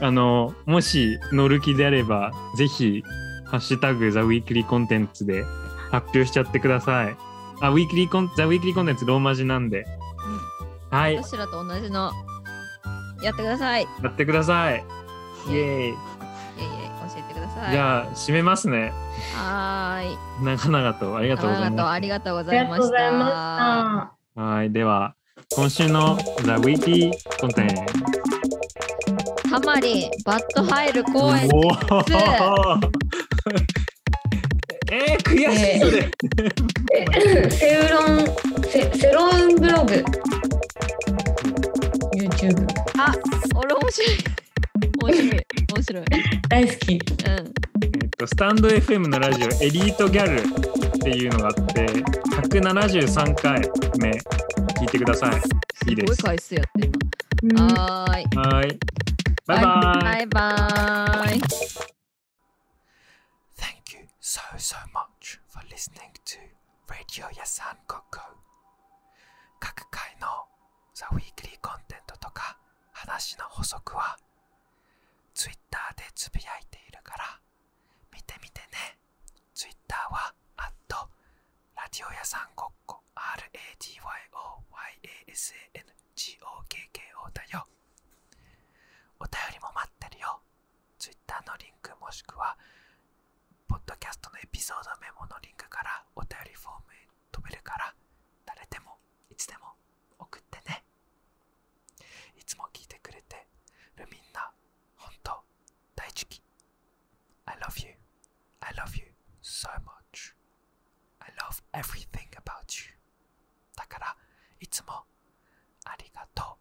あのもし乗る気であればぜひハッシュタグザウィークリーコンテンツ」で発表しちゃってください。あウィークリーコンザウィークリーコンテンツローマ字なんで、はい
うん、
や
私らと同じのやってください
ってください。イエーイ、
いえいえ教えてください
じゃあ締めますね
はーい
長々とありがとうございます。
ありがとうご
あ
ざ
り
い
が
ま
とう
し
ございましたた。
はいでは今週のザウィークリーコンテンツ
ハマリンバット入る公演
おー (laughs) えー、悔しいそれ、
えセウロンセセロンブログ YouTube
あ俺面白い面白い面白い
大好
う
き
ん
えっとスタンド FM のラジオ「エリートギャル」っていうのがあって173回目聞いてくださいいい
す
で
ごい
すは
回数やってる
うん
なはーい
ーいバイバイ
バイバイ
Thank you so, so much for listening to Radio Yasan Koko. 各回の The Weekly コンテンツとか話の補足は Twitter でつぶやいているから見てみてね。Twitter は at ラディオ屋さんごっこ RADYOYASANGOKKO だよ。お便りも待ってるよ。Twitter のリンクもしくはポッドキャストのエピソードメモのリンクからお便りフォームへ飛べるから、誰でもいつでも送ってね。いつも聞いてくれてるみんな、本当大好き。I love you. I love you so much. I love everything about you. だから、いつもありがと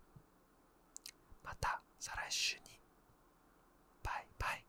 う。また再来週に。バイバイ。